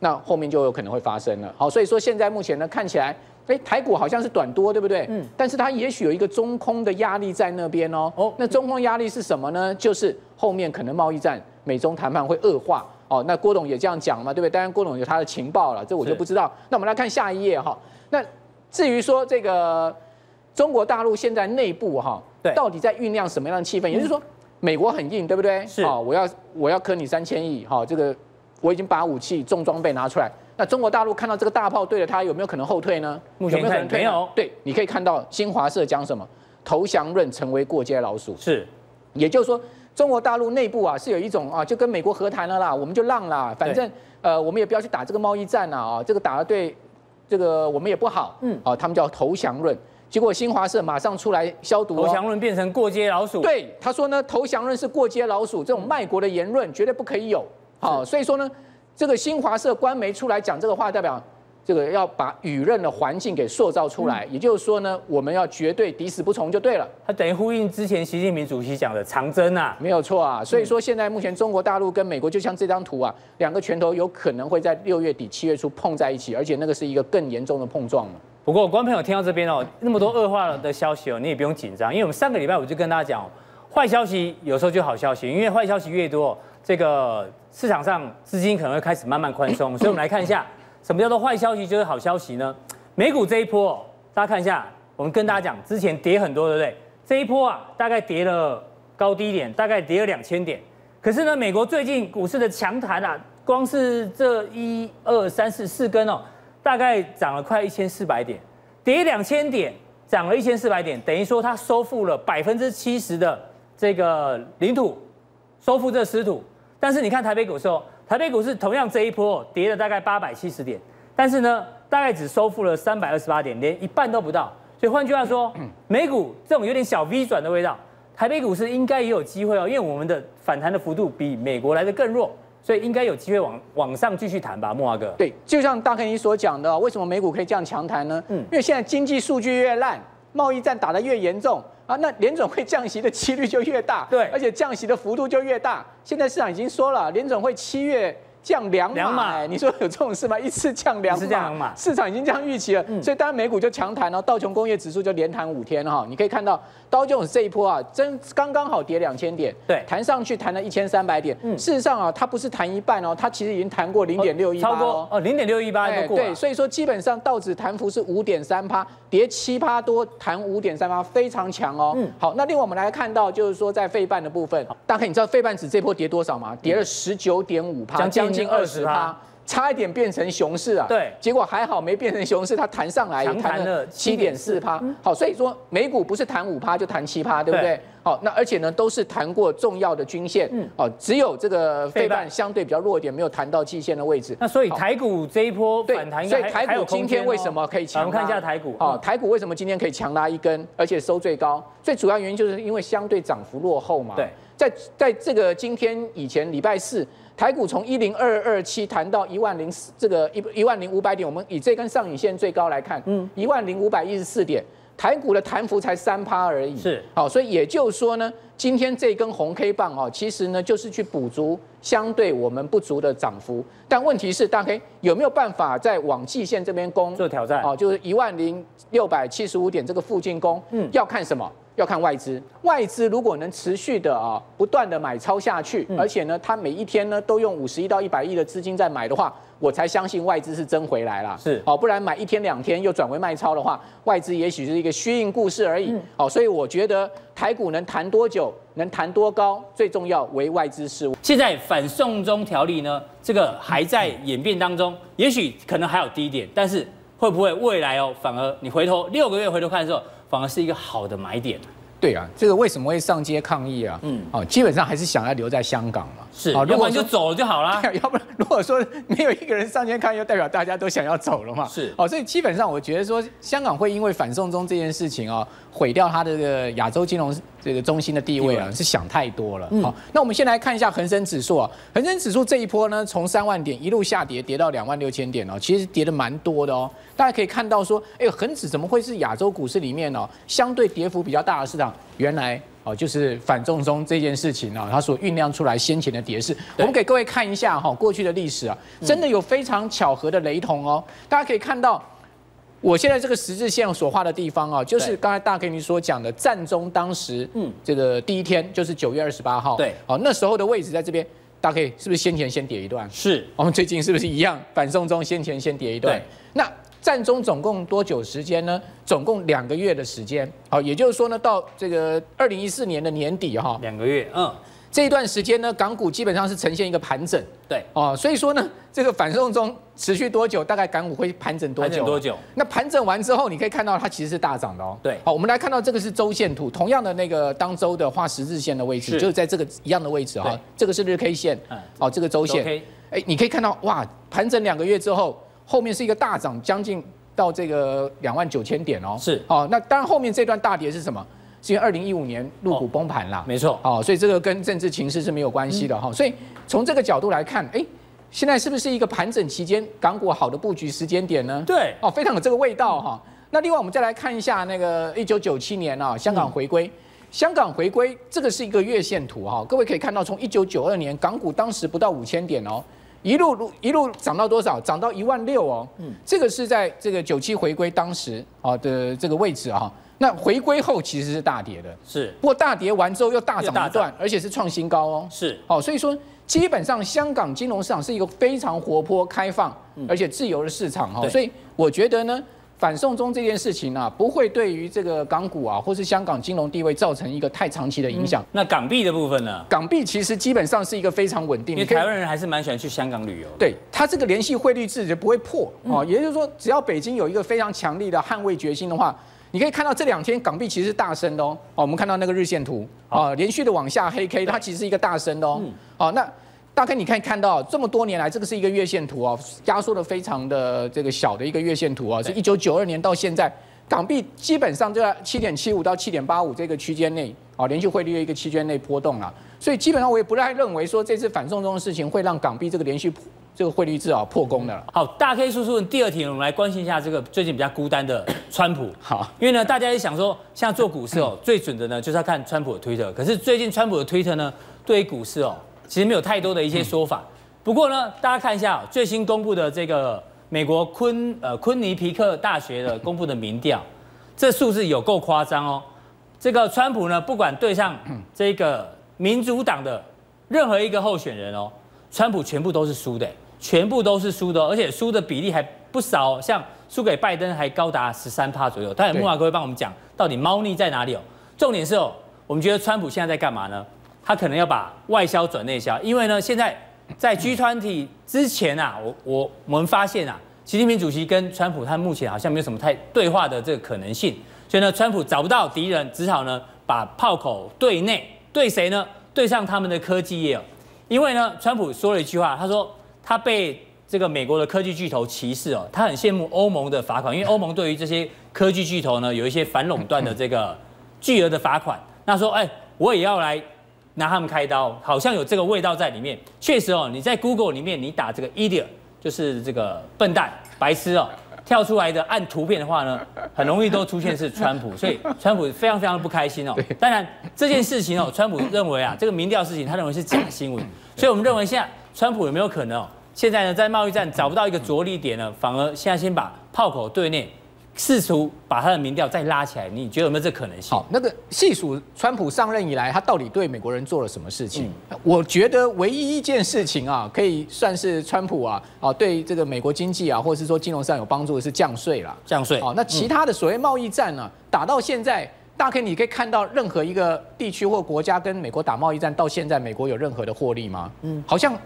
[SPEAKER 2] 那后面就有可能会发生了。好，所以说现在目前呢，看起来，哎，台股好像是短多，对不对？
[SPEAKER 1] 嗯。
[SPEAKER 2] 但是它也许有一个中空的压力在那边哦。
[SPEAKER 1] 哦
[SPEAKER 2] 那中空压力是什么呢？就是后面可能贸易战、美中谈判会恶化。哦，那郭董也这样讲嘛，对不对？当然，郭董有他的情报了，这我就是不知道。那我们来看下一页哈、那至于说这个中国大陆现在内部哈、
[SPEAKER 1] 对嗯
[SPEAKER 2] 到底在酝酿什么样的气氛？也就是说，美国很硬，对不对？
[SPEAKER 1] 是
[SPEAKER 2] 哦，我要我要坑你三千亿，哈、这个我已经把武器重装备拿出来。那中国大陆看到这个大炮对着他，有没有可能后退呢？
[SPEAKER 1] 目前
[SPEAKER 2] 有没有可
[SPEAKER 1] 看
[SPEAKER 2] 能退呢
[SPEAKER 1] 没有
[SPEAKER 2] 对，你可以看到新华社讲什么，投降论成为过街老鼠。
[SPEAKER 1] 是，
[SPEAKER 2] 也就是说，中国大陆内部啊是有一种啊，就跟美国和谈了啦，我们就让啦，反正呃我们也不要去打这个贸易战啦啊，这个打了对这个我们也不好，
[SPEAKER 1] 嗯
[SPEAKER 2] 啊，他们叫投降论。结果新华社马上出来消毒、哦，
[SPEAKER 1] 投降论变成过街老鼠。，
[SPEAKER 2] 对，他说呢，投降论是过街老鼠，这种卖国的言论绝对不可以有。好、所以说呢，这个新华社官媒出来讲这个话，代表这个要把舆论的环境给塑造
[SPEAKER 1] 嗯
[SPEAKER 2] 出来。也就是说呢，我们要绝对敌死不从就对了。
[SPEAKER 1] 它等于呼应之前习近平主席讲的长征啊，
[SPEAKER 2] 没有错啊，所以说现在目前中国大陆跟美国就像这张图啊，两个拳头有可能会在六月底七月初碰在一起，而且那个是一个更严重的碰撞了。
[SPEAKER 1] 不过，观众朋友听到这边哦，那么多恶化了的消息哦，你也不用紧张，因为我们上个礼拜我就跟大家讲、哦，坏消息有时候就好消息，因为坏消息越多，这个市场上资金可能会开始慢慢宽松。所以我们来看一下，什么叫做坏消息就是好消息呢？美股这一波、哦，大家看一下，我们跟大家讲，之前跌很多，对不对？这一波啊，大概跌了高低点，大概跌了两千点。可是呢，美国最近股市的强弹啊，光是这一二三四四根哦，大概涨了快一千四百点，跌两千点，涨了一千四百点，等于说它收复了百分之七十的这个领土，收复这失土。但是你看台北股市哦，台北股市同样这一波哦跌了大概八百七十点，但是呢，大概只收复了三百二十八点，连一半都不到。所以换句话说，美股这种有点小 V 转的味道，台北股市应该也有机会哦，因为我们的反弹的幅度比美国来的更弱，所以应该有机会往往上继续谈吧，莫华哥。
[SPEAKER 2] 对，就像大肯你所讲的，为什么美股可以这样强弹呢？
[SPEAKER 1] 嗯
[SPEAKER 2] 因为现在经济数据越烂，贸易战打得越严重啊，那联总会降息的几率就越大，
[SPEAKER 1] 对
[SPEAKER 2] 而且降息的幅度就越大。现在市场已经说了，联总会七月。降两码，
[SPEAKER 1] 两码
[SPEAKER 2] 哎你说有这种事吗？一次降两
[SPEAKER 1] 一
[SPEAKER 2] 码，
[SPEAKER 1] 次降两码嗯
[SPEAKER 2] 市场已经这样预期了，所以当然美股就强弹了，道琼工业指数就连弹五天哈。你可以看到道琼斯这一波啊，真刚刚好跌两千点，
[SPEAKER 1] 对
[SPEAKER 2] 弹上去弹了一千三百点。
[SPEAKER 1] 嗯
[SPEAKER 2] 事实上啊，它不是弹一半哦，它其实已经弹过零点六一
[SPEAKER 1] 超
[SPEAKER 2] 八
[SPEAKER 1] 过
[SPEAKER 2] 哦。
[SPEAKER 1] 哦零点六一八
[SPEAKER 2] 哎
[SPEAKER 1] 都过
[SPEAKER 2] 对，
[SPEAKER 1] 了。
[SPEAKER 2] 所以说基本上道指弹幅是五点三趴，跌七趴多，弹五点三趴，非常强哦。
[SPEAKER 1] 嗯
[SPEAKER 2] 好，那另外我们来看到就是说在费半的部分，大概你知道费半指这波跌多少吗？跌了十九点五趴，
[SPEAKER 1] 嗯将近20%
[SPEAKER 2] 趴，差一点变成熊市啊。
[SPEAKER 1] 对
[SPEAKER 2] 结果还好没变成熊市，它弹上来也
[SPEAKER 1] 强弹了
[SPEAKER 2] 七点四趴。
[SPEAKER 1] 嗯
[SPEAKER 2] 好，所以说美股不是弹五趴就弹七趴，对不对
[SPEAKER 1] 对？
[SPEAKER 2] 好，那而且呢都是弹过重要的均线，
[SPEAKER 1] 嗯
[SPEAKER 2] 哦，只有这个
[SPEAKER 1] 费
[SPEAKER 2] 费
[SPEAKER 1] 半
[SPEAKER 2] 半相对比较弱一点，没有弹到季线的位置。
[SPEAKER 1] 那所以
[SPEAKER 2] 好
[SPEAKER 1] 台股这一波
[SPEAKER 2] 对
[SPEAKER 1] 反弹，应
[SPEAKER 2] 所
[SPEAKER 1] 该
[SPEAKER 2] 以
[SPEAKER 1] 还还
[SPEAKER 2] 台
[SPEAKER 1] 有
[SPEAKER 2] 股
[SPEAKER 1] 空
[SPEAKER 2] 今
[SPEAKER 1] 间
[SPEAKER 2] 天
[SPEAKER 1] 哦
[SPEAKER 2] 为什么可以强
[SPEAKER 1] 啊
[SPEAKER 2] 拉？
[SPEAKER 1] 我们看一下台股
[SPEAKER 2] 哦
[SPEAKER 1] 嗯，
[SPEAKER 2] 台股为什么今天可以强拉一根，而且收最高？最主要原因就是因为相对涨幅落后嘛。
[SPEAKER 1] 对，
[SPEAKER 2] 在在这个今天以前礼拜四，台股从一零二二七谈到一万零这个一一万零五百点，我们以这根上影线最高来看，嗯，一万零五百一十四点。台股的弹幅才三趴而已，
[SPEAKER 1] 是
[SPEAKER 2] 好，所以也就是说呢，今天这根红 K 棒哦，其实呢就是去补足相对我们不足的涨幅，但问题是大 K 有没有办法在往季线这边攻
[SPEAKER 1] 做挑战
[SPEAKER 2] 哦哦，就是一万零六百七十五点这个附近攻，
[SPEAKER 1] 嗯
[SPEAKER 2] 要看什么？要看外资，外资如果能持续的啊，不断的买超下去，而且呢，它每一天呢都用五十亿到一百亿的资金在买的话，我才相信外资是真回来啦。
[SPEAKER 1] 是
[SPEAKER 2] 哦，不然买一天两天又转为卖超的话，外资也许是一个虚应故事而已。哦，所以我觉得台股能谈多久，能谈多高，最重要为外资事务。
[SPEAKER 1] 现在反送中条例呢，这个还在演变当中，也许可能还有低点，但是会不会未来哦，反而你回头六个月回头看的时候，反而是一个好的买点？
[SPEAKER 2] 对啊，这个为什么会上街抗议啊？
[SPEAKER 1] 嗯
[SPEAKER 2] 嗯，哦，基本上还是想要留在香港嘛。
[SPEAKER 1] 是，
[SPEAKER 2] 哦
[SPEAKER 1] 要不然就
[SPEAKER 2] 说
[SPEAKER 1] 走了就好 啦。
[SPEAKER 2] 啊要不然如果说没有一个人上街抗议，就代表大家都想要走了嘛。
[SPEAKER 1] 是
[SPEAKER 2] 哦，所以基本上我觉得说，香港会因为反送中这件事情啊、毁掉它的这个亚洲金融这个中心的地位
[SPEAKER 1] 地
[SPEAKER 2] 啊，
[SPEAKER 1] 位嗯
[SPEAKER 2] 是想太多了。好、那我们先来看一下恒生指数啊，恒生指数这一波呢，从三万点一路下跌，跌到两万六千点哦，其实跌的蛮多的哦。大家可以看到说，哎呦，恒指怎么会是亚洲股市里面哦相对跌幅比较大的市场？原来。哦，就是反中中这件事情啊，它所酝酿出来先前的跌势，我们给各位看一下哈、过去的历史啊，
[SPEAKER 1] 嗯
[SPEAKER 2] 真的有非常巧合的雷同哦。大家可以看到，我现在这个十字线所画的地方啊，就是
[SPEAKER 1] 对
[SPEAKER 2] 刚才大 K 你所讲的战中当时，
[SPEAKER 1] 嗯
[SPEAKER 2] 嗯，这个第一天就是九月二十八号，
[SPEAKER 1] 对
[SPEAKER 2] 哦，那时候的位置在这边，大 K 是不是先前先跌一段？
[SPEAKER 1] 是
[SPEAKER 2] 我们最近是不是一样？反送中先前先跌一段
[SPEAKER 1] 对，
[SPEAKER 2] 那战中总共多久时间呢？总共两个月的时间，好，也就是说呢，到这个二零一四年的年底哈、
[SPEAKER 1] 两个月，嗯，
[SPEAKER 2] 这一段时间呢，港股基本上是呈现一个盘整。
[SPEAKER 1] 对，
[SPEAKER 2] 哦，所以说呢，这个反送中持续多久？大概港股会盘整多
[SPEAKER 1] 盘整
[SPEAKER 2] 久？啊
[SPEAKER 1] 多久？
[SPEAKER 2] 那盘整完之后，你可以看到它其实是大涨的哦。
[SPEAKER 1] 对
[SPEAKER 2] 好，我们来看到这个是周线图，同样的那个当周的画十字线的位置，
[SPEAKER 1] 是
[SPEAKER 2] 就是在这个一样的位置哈、
[SPEAKER 1] 对
[SPEAKER 2] 这个是日 K 线，
[SPEAKER 1] 嗯
[SPEAKER 2] 哦，这个周线，
[SPEAKER 1] OK，
[SPEAKER 2] 哎，你可以看到哇，盘整两个月之后，后面是一个大涨，将近到这个两万九千点哦。
[SPEAKER 1] 是
[SPEAKER 2] 哦，那当然后面这段大跌是什么？是因为二零一五年入股
[SPEAKER 1] 哦嗯
[SPEAKER 2] 崩盘啦。
[SPEAKER 1] 没错，
[SPEAKER 2] 哦，所以这个跟政治情势是没有关系的哈、所以从这个角度来看，哎，现在是不是一个盘整期间港股好的布局时间点呢？
[SPEAKER 1] 对
[SPEAKER 2] 哦，非常有这个味道哈、那另外我们再来看一下那个一九九七年啊，香
[SPEAKER 1] 嗯
[SPEAKER 2] 港回归。香港回归这个是一个月线图哈、各位可以看到，从一九九二年港股当时不到五千点哦，一路路一路涨到多少？涨到一万六哦。嗯，这个是在这个九七回归当时啊的这个位置啊、那回归后其实是大跌的，
[SPEAKER 1] 是
[SPEAKER 2] 不过大跌完之后又大
[SPEAKER 1] 又大
[SPEAKER 2] 涨
[SPEAKER 1] 涨
[SPEAKER 2] 一段，而且是创新高哦。
[SPEAKER 1] 是，
[SPEAKER 2] 好，所以说基本上香港金融市场是一个非常活泼、开放而且自由的市场哈、
[SPEAKER 1] 嗯对
[SPEAKER 2] 所以我觉得呢，反送中这件事情啊，不会对于这个港股啊，或是香港金融地位造成一个太长期的影响。
[SPEAKER 1] 那港币的部分呢？
[SPEAKER 2] 港币其实基本上是一个非常稳定，
[SPEAKER 1] 因为
[SPEAKER 2] 你可以
[SPEAKER 1] 台湾人还是蛮喜欢去香港旅游的。
[SPEAKER 2] 对它这个联系汇率制就不会破哦，也就是说，只要北京有一个非常强力的捍卫决心的话，你可以看到这两天港币其实是大升的哦。哦，我们看到那个日线图啊，连续的往下黑 K，它其实是一个大升的哦。好，那大概你看看到这么多年来，这个是一个月线图哦，压缩的非常的这个小的一个月线图啊，是一九九二年到现在。港币基本上就在七点七五到七点八五这个区间内啊，连续汇率的一个区间内波动啊，所以基本上我也不太认为说这次反送中的事情会让港币这个连续破这个汇率至少破功的了。
[SPEAKER 1] 好，大 K 叔叔，第二题呢我们来关心一下这个最近比较孤单的川普。
[SPEAKER 2] 好，
[SPEAKER 1] 因为呢，大家也想说，像做股市哦， 最准的呢就是要看川普的推特。可是最近川普的推特呢，对于股市哦，其实没有太多的一些说法。
[SPEAKER 2] 嗯
[SPEAKER 1] 不过呢，大家看一下、哦、最新公布的这个美国昆呃昆尼皮克大学的公布的民调，这数字有够夸张哦。这个川普呢，不管对上这个民主党的任何一个候选人哦，川普全部都是输的，全部都是输的哦，而且输的比例还不少哦，像输给拜登还高达十三趴左右。但
[SPEAKER 2] 对
[SPEAKER 1] 木马哥会帮我们讲到底猫腻在哪里哦。重点是哦，我们觉得川普现在在干嘛呢？他可能要把外销转内销，因为呢，现在在 G 团体之前啊，我我我们发现啊，习近平主席跟川普他目前好像没有什么太对话的这个可能性，所以呢，川普找不到敌人，只好呢把炮口对内对谁呢？对上他们的科技业、哦，因为呢，川普说了一句话，他说他被这个美国的科技巨头歧视哦，他很羡慕欧盟的罚款，因为欧盟对于这些科技巨头呢有一些反垄断的这个巨额的罚款。那说，哎，我也要来拿他们开刀，好像有这个味道在里面。确实哦，你在 Google 里面你打这个 idiot，就是这个笨蛋、白痴哦，跳出来的按图片的话呢，很容易都出现是川 普，所以川普非常非常的不开心哦。当然这件事情哦，川普认为啊，这个民调事情他认为是假新闻，所以我们认为现在川普有没有可能哦，现在呢在贸易战找不到一个着力点呢，反而现在先把炮口对内试图把他的民调再拉起来，你觉得有没有这可能性？
[SPEAKER 2] 好，那个细数川普上任以来，他到底对美国人做了什么事情？我觉得唯一一件事情啊，可以算是川普啊啊对这个美国经济啊，或者是说金融上有帮助的是降税啦。
[SPEAKER 1] 降税
[SPEAKER 2] 好，那其他的所谓贸易战呢、打到现在，大概你可以看到任何一个地区或国家跟美国打贸易战，到现在美国有任何的获利吗？嗯，好像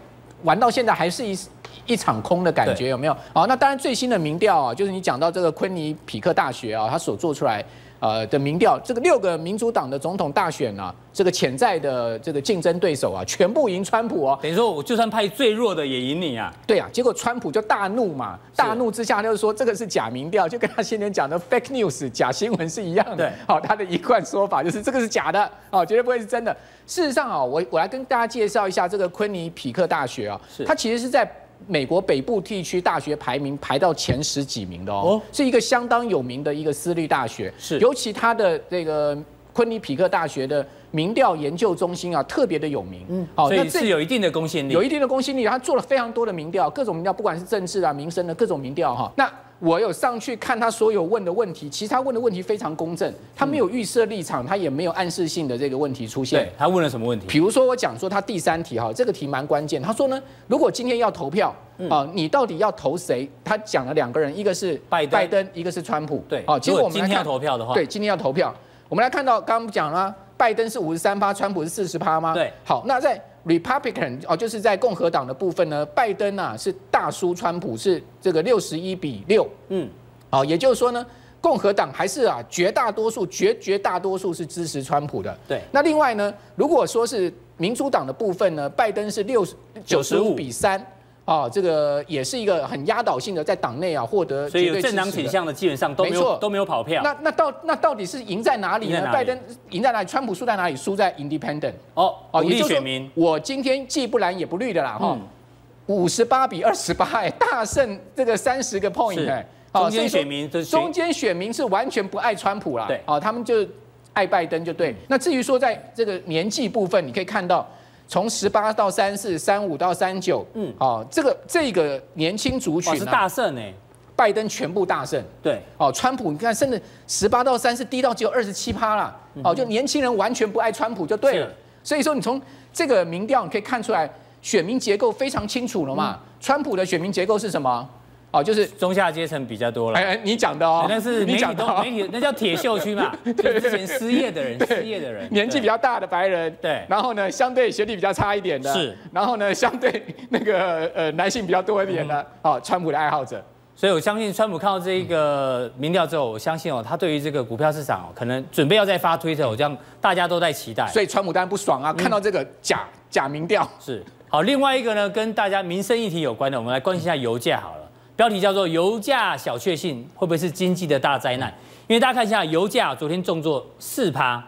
[SPEAKER 2] 玩到现在还是一一场空的感觉，
[SPEAKER 1] 对
[SPEAKER 2] 有没有？好，那当然最新的民调啊，就是你讲到这个昆尼匹克大学啊，他所做出来。呃的民调，这个六个民主党的总统大选啊，这个潜在的这个竞争对手啊，全部赢川普哦，
[SPEAKER 1] 等于说我就算派最弱的也赢你啊，
[SPEAKER 2] 对啊，结果川普就大怒嘛，大怒之下他就说这个是假民调，就跟他先前讲的 fake news 假新闻是一样的。
[SPEAKER 1] 对
[SPEAKER 2] 好、他的一贯说法就是这个是假的，哦，绝对不会是真的。事实上啊、我我来跟大家介绍一下这个昆尼匹克大学啊、
[SPEAKER 1] 是
[SPEAKER 2] 它其实是在。美国北部地区大学排名排到前十几名的哦
[SPEAKER 1] 哦
[SPEAKER 2] 是一个相当有名的一个私立大学，
[SPEAKER 1] 是
[SPEAKER 2] 尤其它的这个昆尼匹克大学的民调研究中心啊，特别的有名。嗯，
[SPEAKER 1] 所以是有一定的公信力。
[SPEAKER 2] 有一定的公信力，他做了非常多的民调，各种民调，不管是政治啊、民生的各种民调哈。那我有上去看他所有问的问题，其实他问的问题非常公正，他没有预设立场，他也没有暗示性的这个问题出现
[SPEAKER 1] 对。他问了什么问题？
[SPEAKER 2] 比如说我讲说他第三题哈，这个题蛮关键。他说呢，如果今天要投票
[SPEAKER 1] 嗯
[SPEAKER 2] 啊，你到底要投谁？他讲了两个人，一个是
[SPEAKER 1] 拜登
[SPEAKER 2] 拜登，一个是川普。
[SPEAKER 1] 对，
[SPEAKER 2] 哦，其实我
[SPEAKER 1] 如果
[SPEAKER 2] 们
[SPEAKER 1] 今
[SPEAKER 2] 来
[SPEAKER 1] 天要
[SPEAKER 2] 看，
[SPEAKER 1] 投票的话，
[SPEAKER 2] 对，今天要投票。我们来看到刚刚讲了，拜登是五十三趴，川普是四十趴吗？
[SPEAKER 1] 对。
[SPEAKER 2] 好，那在 Republican 哦，就是在共和党的部分呢，拜登啊是大输川普，是这个六十一比六。
[SPEAKER 1] 嗯，
[SPEAKER 2] 好，也就是说呢，共和党还是啊绝大多数、绝绝大多数是支持川普的。
[SPEAKER 1] 对
[SPEAKER 2] 那另外呢，如果说是民主党的部分呢，拜登是六九十五
[SPEAKER 1] 95
[SPEAKER 2] 比三。哦，这个也是一个很压倒性的，在党内啊获得
[SPEAKER 1] 所以
[SPEAKER 2] 绝
[SPEAKER 1] 有
[SPEAKER 2] 对支
[SPEAKER 1] 政
[SPEAKER 2] 持的。
[SPEAKER 1] 党倾向的基本上都没
[SPEAKER 2] 没错
[SPEAKER 1] 有都没有跑票。
[SPEAKER 2] 那那到那到底是赢在哪里
[SPEAKER 1] 赢
[SPEAKER 2] 呢
[SPEAKER 1] 在？哪里
[SPEAKER 2] 拜登赢在哪里？川普输在哪里？输在 Independent
[SPEAKER 1] 哦，独
[SPEAKER 2] 也
[SPEAKER 1] 立
[SPEAKER 2] 就是说哦
[SPEAKER 1] 选民，
[SPEAKER 2] 我今天既不蓝也不绿的啦哈
[SPEAKER 1] 嗯，
[SPEAKER 2] 五十八比二十八，哎，大胜这个三十个 point
[SPEAKER 1] 是
[SPEAKER 2] 哎，
[SPEAKER 1] 中
[SPEAKER 2] 所以
[SPEAKER 1] 间
[SPEAKER 2] 说
[SPEAKER 1] 选民就是选
[SPEAKER 2] 中间选民是完全不爱川普啦，
[SPEAKER 1] 对嗯
[SPEAKER 2] 哦，他们就爱拜登就对。那至于说在这个年纪部分，你可以看到。从十八到三四、三五到三九，嗯
[SPEAKER 1] 嗯，
[SPEAKER 2] 哦，这个这个年轻族群
[SPEAKER 1] 哇是
[SPEAKER 2] 啊，
[SPEAKER 1] 大胜哎，
[SPEAKER 2] 拜登全部大胜，
[SPEAKER 1] 对，
[SPEAKER 2] 哦，川普你看，甚至十八到三是低到只有二十七趴啦。哦，就年轻人完全不爱川普就对了
[SPEAKER 1] 嗯是。
[SPEAKER 2] 所以说，你从这个民调你可以看出来，选民结构非常清楚了
[SPEAKER 1] 嗯
[SPEAKER 2] 嘛。川普的选民结构是什么？哦，就是
[SPEAKER 1] 中下阶层比较多了
[SPEAKER 2] 哎。哎，你讲的哦，
[SPEAKER 1] 那是媒
[SPEAKER 2] 你
[SPEAKER 1] 体
[SPEAKER 2] 讲的、
[SPEAKER 1] 都
[SPEAKER 2] 哦
[SPEAKER 1] 媒，体，那叫铁锈区 嘛，就是之前失业的人，失业的人，
[SPEAKER 2] 年纪比
[SPEAKER 1] 较
[SPEAKER 2] 较大的白人，
[SPEAKER 1] 对
[SPEAKER 2] 然后呢，相对学历比较差一点的，
[SPEAKER 1] 是，
[SPEAKER 2] 然后呢，相对那个呃男性比较多一点
[SPEAKER 1] 嗯
[SPEAKER 2] 的，哦，川普的爱好者，
[SPEAKER 1] 所以我相信川普看到这一个民调之后，我相信哦，他对于这个股票市场哦，可能准备要再发推特，我这样大家都在期待。
[SPEAKER 2] 所以川普当然不爽
[SPEAKER 1] 嗯
[SPEAKER 2] 啊，看到这个假假民调，
[SPEAKER 1] 是好，另外一个呢，跟大家民生议题有关的，我们来关心一下油价好了。标题叫做“油价小确幸会不会是经济的大灾难”？因为大家看一下，油价昨天重挫四趴。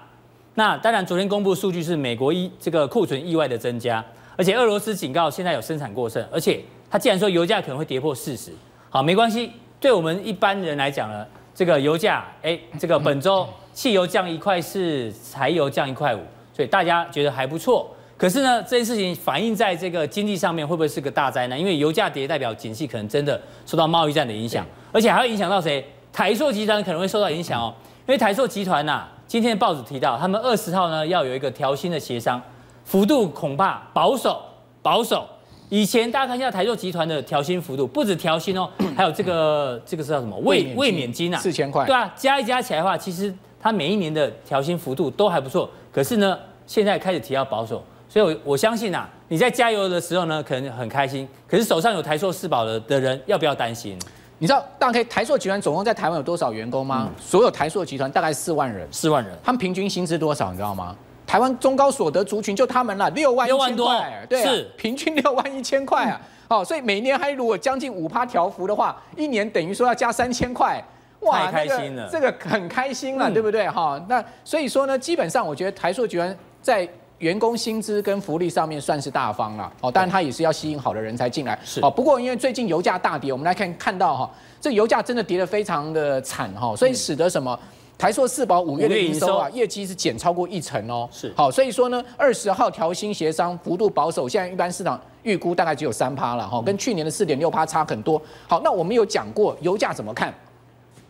[SPEAKER 1] 那当然，昨天公布数据是美国一这个库存意外的增加，而且俄罗斯警告现在有生产过剩，而且他既然说油价可能会跌破四十，好，没关系，对我们一般人来讲呢，这个油价，哎，这个本周 汽油降一块四，柴油降一块五，所以大家觉得还不错。可是呢，这件事情反映在这个经济上面，会不会是个大灾难？因为油价跌代表景气可能真的受到贸易战的影响，而且还会影响到谁？台塑集团可能会受到影响哦，因为台塑集团呐、今天的报纸提到，他们二十号呢要有一个调薪的协商，幅度恐怕保守保守。以前大家看一下台塑集团的调薪幅度，不止调薪哦，还有这个这个是叫什么
[SPEAKER 2] 卫
[SPEAKER 1] 卫
[SPEAKER 2] 免
[SPEAKER 1] 卫免金啊，
[SPEAKER 2] 4000块
[SPEAKER 1] 对啊，加一加起来的话，其实它每一年的调薪幅度都还不错。可是呢，现在开始提到保守，所以我我相信啊，你在加油的时候呢，可能很开心，可是手上有台塑四宝的的人，要不要担心？
[SPEAKER 2] 你知道大概台塑集团总共在台湾有多少员工
[SPEAKER 1] 嗯
[SPEAKER 2] 吗？所有台塑集团大概四万人，
[SPEAKER 1] 四万人，
[SPEAKER 2] 他们平均薪资多少？你知道吗？台湾中高所得族群就他们了，六万一
[SPEAKER 1] 6
[SPEAKER 2] 千
[SPEAKER 1] 万多
[SPEAKER 2] 块，对、啊，
[SPEAKER 1] 是嗯
[SPEAKER 2] 平均六万一千块啊。哦，所以每年还如果将近五趴调幅的话，一年等于说要加三千块。
[SPEAKER 1] 太开心了
[SPEAKER 2] 那个这个很开心了，
[SPEAKER 1] 嗯
[SPEAKER 2] 对不对？哈、那所以说呢，基本上我觉得台塑集团在员工薪资跟福利上面算是大方了。哦，当然它也是要吸引好的人才进来。
[SPEAKER 1] 是
[SPEAKER 2] 哦，不过因为最近油价大跌，我们来看看到哈、这油价真的跌得非常的惨哈、所以使得什么？台塑四宝五月的
[SPEAKER 1] 五月
[SPEAKER 2] 营
[SPEAKER 1] 营
[SPEAKER 2] 收啊
[SPEAKER 1] 收，
[SPEAKER 2] 业绩是减超过一成
[SPEAKER 1] 嗯
[SPEAKER 2] 哦。
[SPEAKER 1] 是
[SPEAKER 2] 好，所以说呢，二十号调薪协商幅度保守，现在一般市场预估大概只有三趴了哈，跟去年的四点六趴差很多。好，那我们有讲过油价怎么看？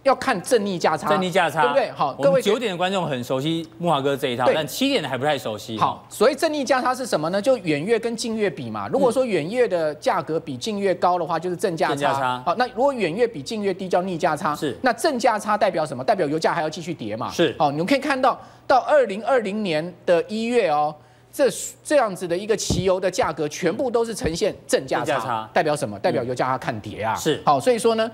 [SPEAKER 2] 要看正逆价差，
[SPEAKER 1] 正逆价差，
[SPEAKER 2] 对不对？好，
[SPEAKER 1] 我
[SPEAKER 2] 各
[SPEAKER 1] 们
[SPEAKER 2] 位
[SPEAKER 1] 九点的观众很熟悉木华哥这一套，
[SPEAKER 2] 对
[SPEAKER 1] 但七点的还不太熟悉。
[SPEAKER 2] 好，，所谓正逆价差是什么呢？就远月跟近月比嘛。如果说远月的价格比近月高的话，就是正价
[SPEAKER 1] 正价
[SPEAKER 2] 差
[SPEAKER 1] 差。
[SPEAKER 2] 好，那如果远月比近月低，叫逆价差。
[SPEAKER 1] 是
[SPEAKER 2] 那正价差代表什么？代表油价还要继续跌嘛。
[SPEAKER 1] 是
[SPEAKER 2] 好，你们可以看到，到二零二零年的一月哦。这这样子的一个汽油的价格，全部都是呈现正价
[SPEAKER 1] 正
[SPEAKER 2] 差，
[SPEAKER 1] 价差嗯
[SPEAKER 2] 代表什么？代表油价它看跌啊。
[SPEAKER 1] 是
[SPEAKER 2] 好，所以说呢，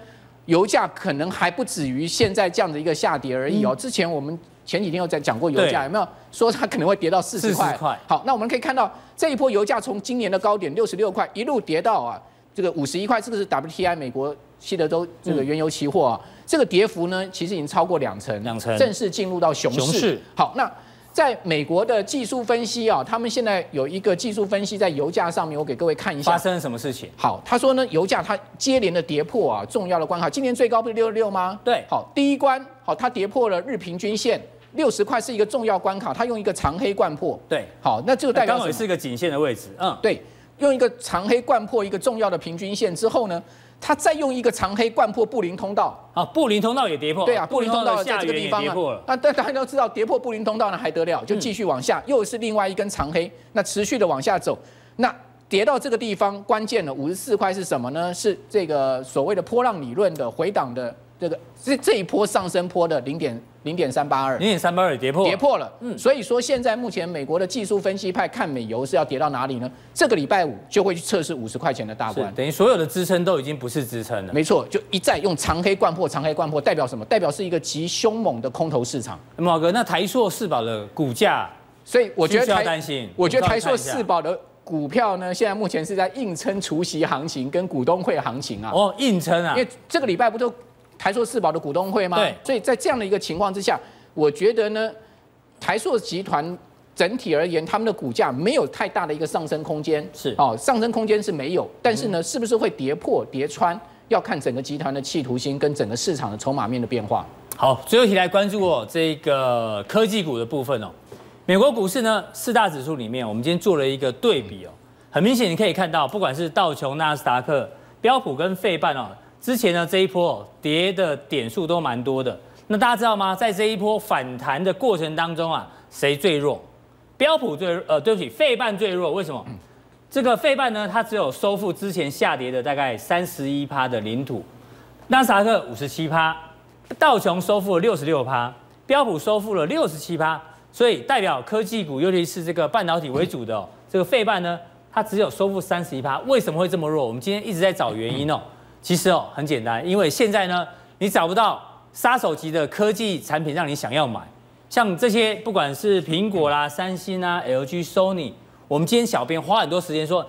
[SPEAKER 2] 油价可能还不止于现在这样的一个下跌而已哦。之前我们前几天有在讲过油价，
[SPEAKER 1] 嗯对
[SPEAKER 2] 有没有说它可能会跌到四十块
[SPEAKER 1] 40块？
[SPEAKER 2] 好，那我们可以看到这一波油价从今年的高点六十六块一路跌到啊这个五十一块，这个是 WTI 美国西德州这
[SPEAKER 1] 嗯
[SPEAKER 2] 个原油期货啊，这个跌幅呢其实已经超过两成，
[SPEAKER 1] 两成
[SPEAKER 2] 正式进入到熊市。
[SPEAKER 1] 熊市
[SPEAKER 2] 好，那。在美国的技术分析啊，他们现在有一个技术分析在油价上面，我给各位看一下
[SPEAKER 1] 发。生了什么事情？
[SPEAKER 2] 好，他说呢，油价它接连的跌破啊，重要的关卡，今年最高不是六六吗？
[SPEAKER 1] 对
[SPEAKER 2] 好，第一关，好，它跌破了日平均线六十块是一个重要关卡，它用一个长黑贯破，
[SPEAKER 1] 对，
[SPEAKER 2] 好，那这个代
[SPEAKER 1] 那
[SPEAKER 2] 表
[SPEAKER 1] 刚
[SPEAKER 2] 什
[SPEAKER 1] 好也
[SPEAKER 2] 么
[SPEAKER 1] 是一个颈线的位置。嗯，
[SPEAKER 2] 对，用一个长黑贯破一个重要的平均线之后呢，它再用一个长黑贯破布林通道，
[SPEAKER 1] 好，布林哦通道也跌破。
[SPEAKER 2] 对啊，布林通道在
[SPEAKER 1] 下
[SPEAKER 2] 这个
[SPEAKER 1] 缘
[SPEAKER 2] 地
[SPEAKER 1] 也
[SPEAKER 2] 方
[SPEAKER 1] 跌破
[SPEAKER 2] 啊
[SPEAKER 1] 了，。嗯
[SPEAKER 2] 那但大家都知道，跌破布林通道呢还得了，就继续往下，又是另外一根长黑，那持续的往下走，那。跌到这个地方，关键的五十四块是什么呢？是这个所谓的波浪理论的回档的这个这这一波上升坡的零点零点三八二
[SPEAKER 1] 零点三八二也跌破。
[SPEAKER 2] 跌。破了。
[SPEAKER 1] 嗯
[SPEAKER 2] 所以说现在目前美国的技术分析派看美油是要跌到哪里呢？这个礼拜五就会去测试五十块钱的大
[SPEAKER 1] 是
[SPEAKER 2] 关。
[SPEAKER 1] 等于所有的支撑都已经不是支撑了。
[SPEAKER 2] 没错，就一再用长黑贯破，长黑贯破代表什么？代表是一个极凶猛的空头市场。
[SPEAKER 1] 茂哥，那台塑四宝的股价
[SPEAKER 2] 所以我觉得
[SPEAKER 1] 需不需要
[SPEAKER 2] 台
[SPEAKER 1] 担心
[SPEAKER 2] 我觉得
[SPEAKER 1] 我们
[SPEAKER 2] 台
[SPEAKER 1] 稍微
[SPEAKER 2] 塑
[SPEAKER 1] 看一下
[SPEAKER 2] 四宝的股票呢，现在目前是在硬撑除息行情跟股东会行情啊，
[SPEAKER 1] 哦硬撑啊
[SPEAKER 2] 因，为这个礼拜不就台塑四宝的股东会吗？
[SPEAKER 1] 对
[SPEAKER 2] 所以在这样的一个情况之下，我觉得呢，台塑集团。整体而言，他们的股价没有太大的一个上升空间，
[SPEAKER 1] 是嗯
[SPEAKER 2] 哦，上升空间是没有，但是呢，是不是会跌破、跌穿，要看整个集团的企图心跟整个市场的筹码面的变化。
[SPEAKER 1] 好，最后一题来关注哦，这个科技股的部分哦。美国股市呢，四大指数里面，我们今天做了一个对比哦。很明显，你可以看到，不管是道琼、纳斯达克、标普跟费半哦，之前呢这一波、哦、跌的点数都蛮多的。那大家知道吗？在这一波反弹的过程当中啊，谁最弱？标普最呃，对不起，费半最弱。为什么？这个费半呢，它只有收复之前下跌的大概三十一趴的领土，纳斯达克五十七趴，道琼收复了六十六趴，标普收复了六十七趴，所以代表科技股，尤其是这个半导体为主的、哦、这个费半呢，它只有收复三十一趴，为什么会这么弱？我们今天一直在找原因哦。其实哦，很简单，因为现在呢，你找不到杀手级的科技产品让你想要买，像这些不管是苹果啦、三星啊、LG、Sony，我们今天小编花很多时间说，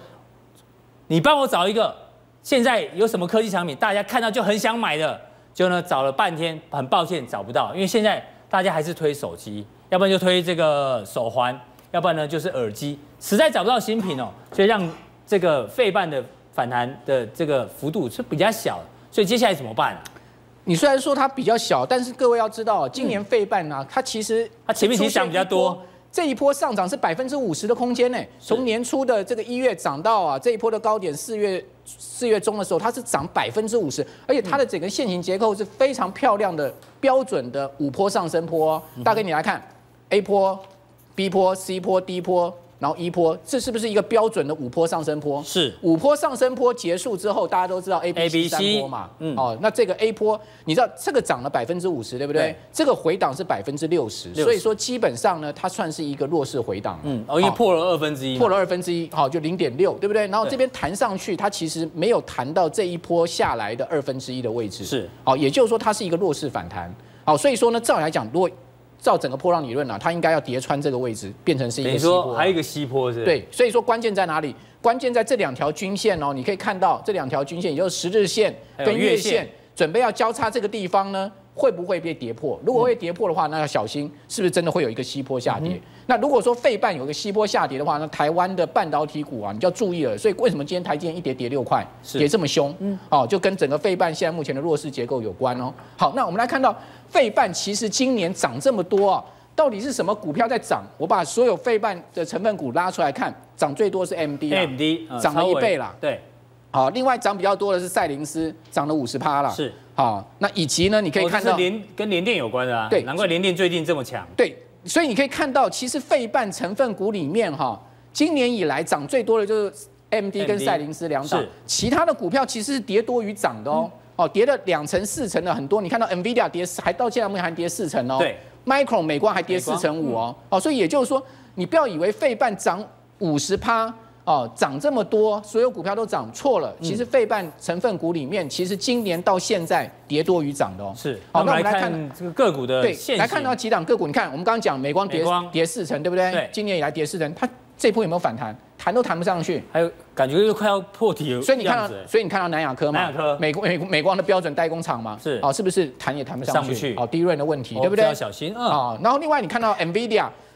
[SPEAKER 1] 你帮我找一个现在有什么科技产品大家看到就很想买的，就呢找了半天，很抱歉找不到，因为现在大家还是推手机，要不然就推这个手环，要不然呢就是耳机，实在找不到新品哦，所以让这个费半的反弹的这个幅度是比较小的，所以接下来怎么办、啊？
[SPEAKER 2] 你虽然说它比较小，但是各位要知道，今年费半呢、它其实
[SPEAKER 1] 嗯它前面其实涨比较多
[SPEAKER 2] 出现一波。这一波上涨是百分之五十的空间呢，从年初的这个一月涨到啊这一波的高点四月四月中的时候，它是涨百分之五十，而且它的整个线形结构是非常漂亮的标准的五波上升坡
[SPEAKER 1] 嗯
[SPEAKER 2] 哦。大概你来看，A 波、B 波、C 波、D 波，然后 E 波，这是不是一个标准的五波上升坡？
[SPEAKER 1] 是
[SPEAKER 2] 五波上升坡结束之后，大家都知道 A、B、C
[SPEAKER 1] ABC
[SPEAKER 2] 三波嘛，
[SPEAKER 1] 嗯
[SPEAKER 2] 哦，那这个 A 波，你知道这个涨了百分之五十，对不对？
[SPEAKER 1] 对
[SPEAKER 2] 这个回档是百分之六十，
[SPEAKER 1] 60
[SPEAKER 2] 所以说基本上呢，它算是一个弱势回档了。
[SPEAKER 1] 嗯，哦，因为
[SPEAKER 2] 好
[SPEAKER 1] 破了二分之一嘛，
[SPEAKER 2] 破了二分之一，好，就零点六，对不对？然后这边弹上去，它其实没有弹到这一波下来的二分之一的位置，
[SPEAKER 1] 是，
[SPEAKER 2] 好，也就是说它是一个弱势反弹，好，所以说呢，照理来讲，如果照整个波浪理论啊，它应该要叠穿这个位置，变成是一
[SPEAKER 1] 等
[SPEAKER 2] 个
[SPEAKER 1] 于
[SPEAKER 2] 啊西波
[SPEAKER 1] 说还有一个西坡是不是？
[SPEAKER 2] 对，所以说关键在哪里？关键在这两条均线哦，你可以看到这两条均线，也就是十日线
[SPEAKER 1] 还有
[SPEAKER 2] 跟月
[SPEAKER 1] 月线
[SPEAKER 2] 线，准备要交叉这个地方呢，会不会被跌破？如果会跌破的话，那要小心，是不是真的会有一个西坡下跌？那如果说费半有个西坡下跌的话，那台湾的半导体股啊，你就要注意了。所以为什么今天台积电一跌跌六块，
[SPEAKER 1] 是
[SPEAKER 2] 跌这么凶？哦，就跟整个费半现在目前的弱势结构有关哦。好，那我们来看到费半其实今年涨这么多啊。到底是什么股票在涨？我把所有费半的成分股拉出来看，涨最多是 MD 啊
[SPEAKER 1] ，AMD 呃
[SPEAKER 2] 涨了
[SPEAKER 1] 超
[SPEAKER 2] 一
[SPEAKER 1] 微
[SPEAKER 2] 倍啦
[SPEAKER 1] 对，
[SPEAKER 2] 好，另外涨比较多的是赛灵思，涨了五十趴啦。
[SPEAKER 1] 是。
[SPEAKER 2] 好，那以及呢，你可以
[SPEAKER 1] 哦
[SPEAKER 2] 看
[SPEAKER 1] 这是
[SPEAKER 2] 到，
[SPEAKER 1] 联跟联电有关的啊，
[SPEAKER 2] 对
[SPEAKER 1] 难怪联电最近这么强。
[SPEAKER 2] 对，所以你可以看到，其实费半成分股里面哈、今年以来涨最多的就是 M D 跟
[SPEAKER 1] MD
[SPEAKER 2] 赛灵思两档
[SPEAKER 1] 是，嗯
[SPEAKER 2] 其他的股票其实是跌多于涨的哦。哦，跌了两成、四成的很多，你看到 Nvidia 跌还到现在目前还跌四成哦。
[SPEAKER 1] 对
[SPEAKER 2] ，Micron 美光还跌
[SPEAKER 1] 美光
[SPEAKER 2] 四成五哦。哦，所以也就是说，你不要以为费半涨五十趴哦，涨这么多，所有股票都涨错了。
[SPEAKER 1] 嗯
[SPEAKER 2] 其实费半成分股里面，其实今年到现在跌多于涨的哦。
[SPEAKER 1] 是，那
[SPEAKER 2] 好，
[SPEAKER 1] 我
[SPEAKER 2] 那
[SPEAKER 1] 们
[SPEAKER 2] 我
[SPEAKER 1] 来
[SPEAKER 2] 们来看
[SPEAKER 1] 看这个个股的
[SPEAKER 2] 对
[SPEAKER 1] 呃现，
[SPEAKER 2] 来
[SPEAKER 1] 形。
[SPEAKER 2] 看到几档个股，你看我们刚刚讲美光跌
[SPEAKER 1] 美光
[SPEAKER 2] 跌四成，对不对？
[SPEAKER 1] 对
[SPEAKER 2] 今年以来跌四成，它这波有没有反弹？弹都弹不上去。
[SPEAKER 1] 还有感觉就是快要破底了，
[SPEAKER 2] 所以你看
[SPEAKER 1] 样子欸
[SPEAKER 2] 到，所以你看到南亚科嘛，
[SPEAKER 1] 南亚科
[SPEAKER 2] 美国美国美光的标准代工厂嘛，
[SPEAKER 1] 是
[SPEAKER 2] 哦，是不是弹也弹不上
[SPEAKER 1] 上不去
[SPEAKER 2] 去？哦，低润的问题，
[SPEAKER 1] 哦
[SPEAKER 2] 对不
[SPEAKER 1] 这
[SPEAKER 2] 对
[SPEAKER 1] 要？小心啊。
[SPEAKER 2] 哦，然后另外你看到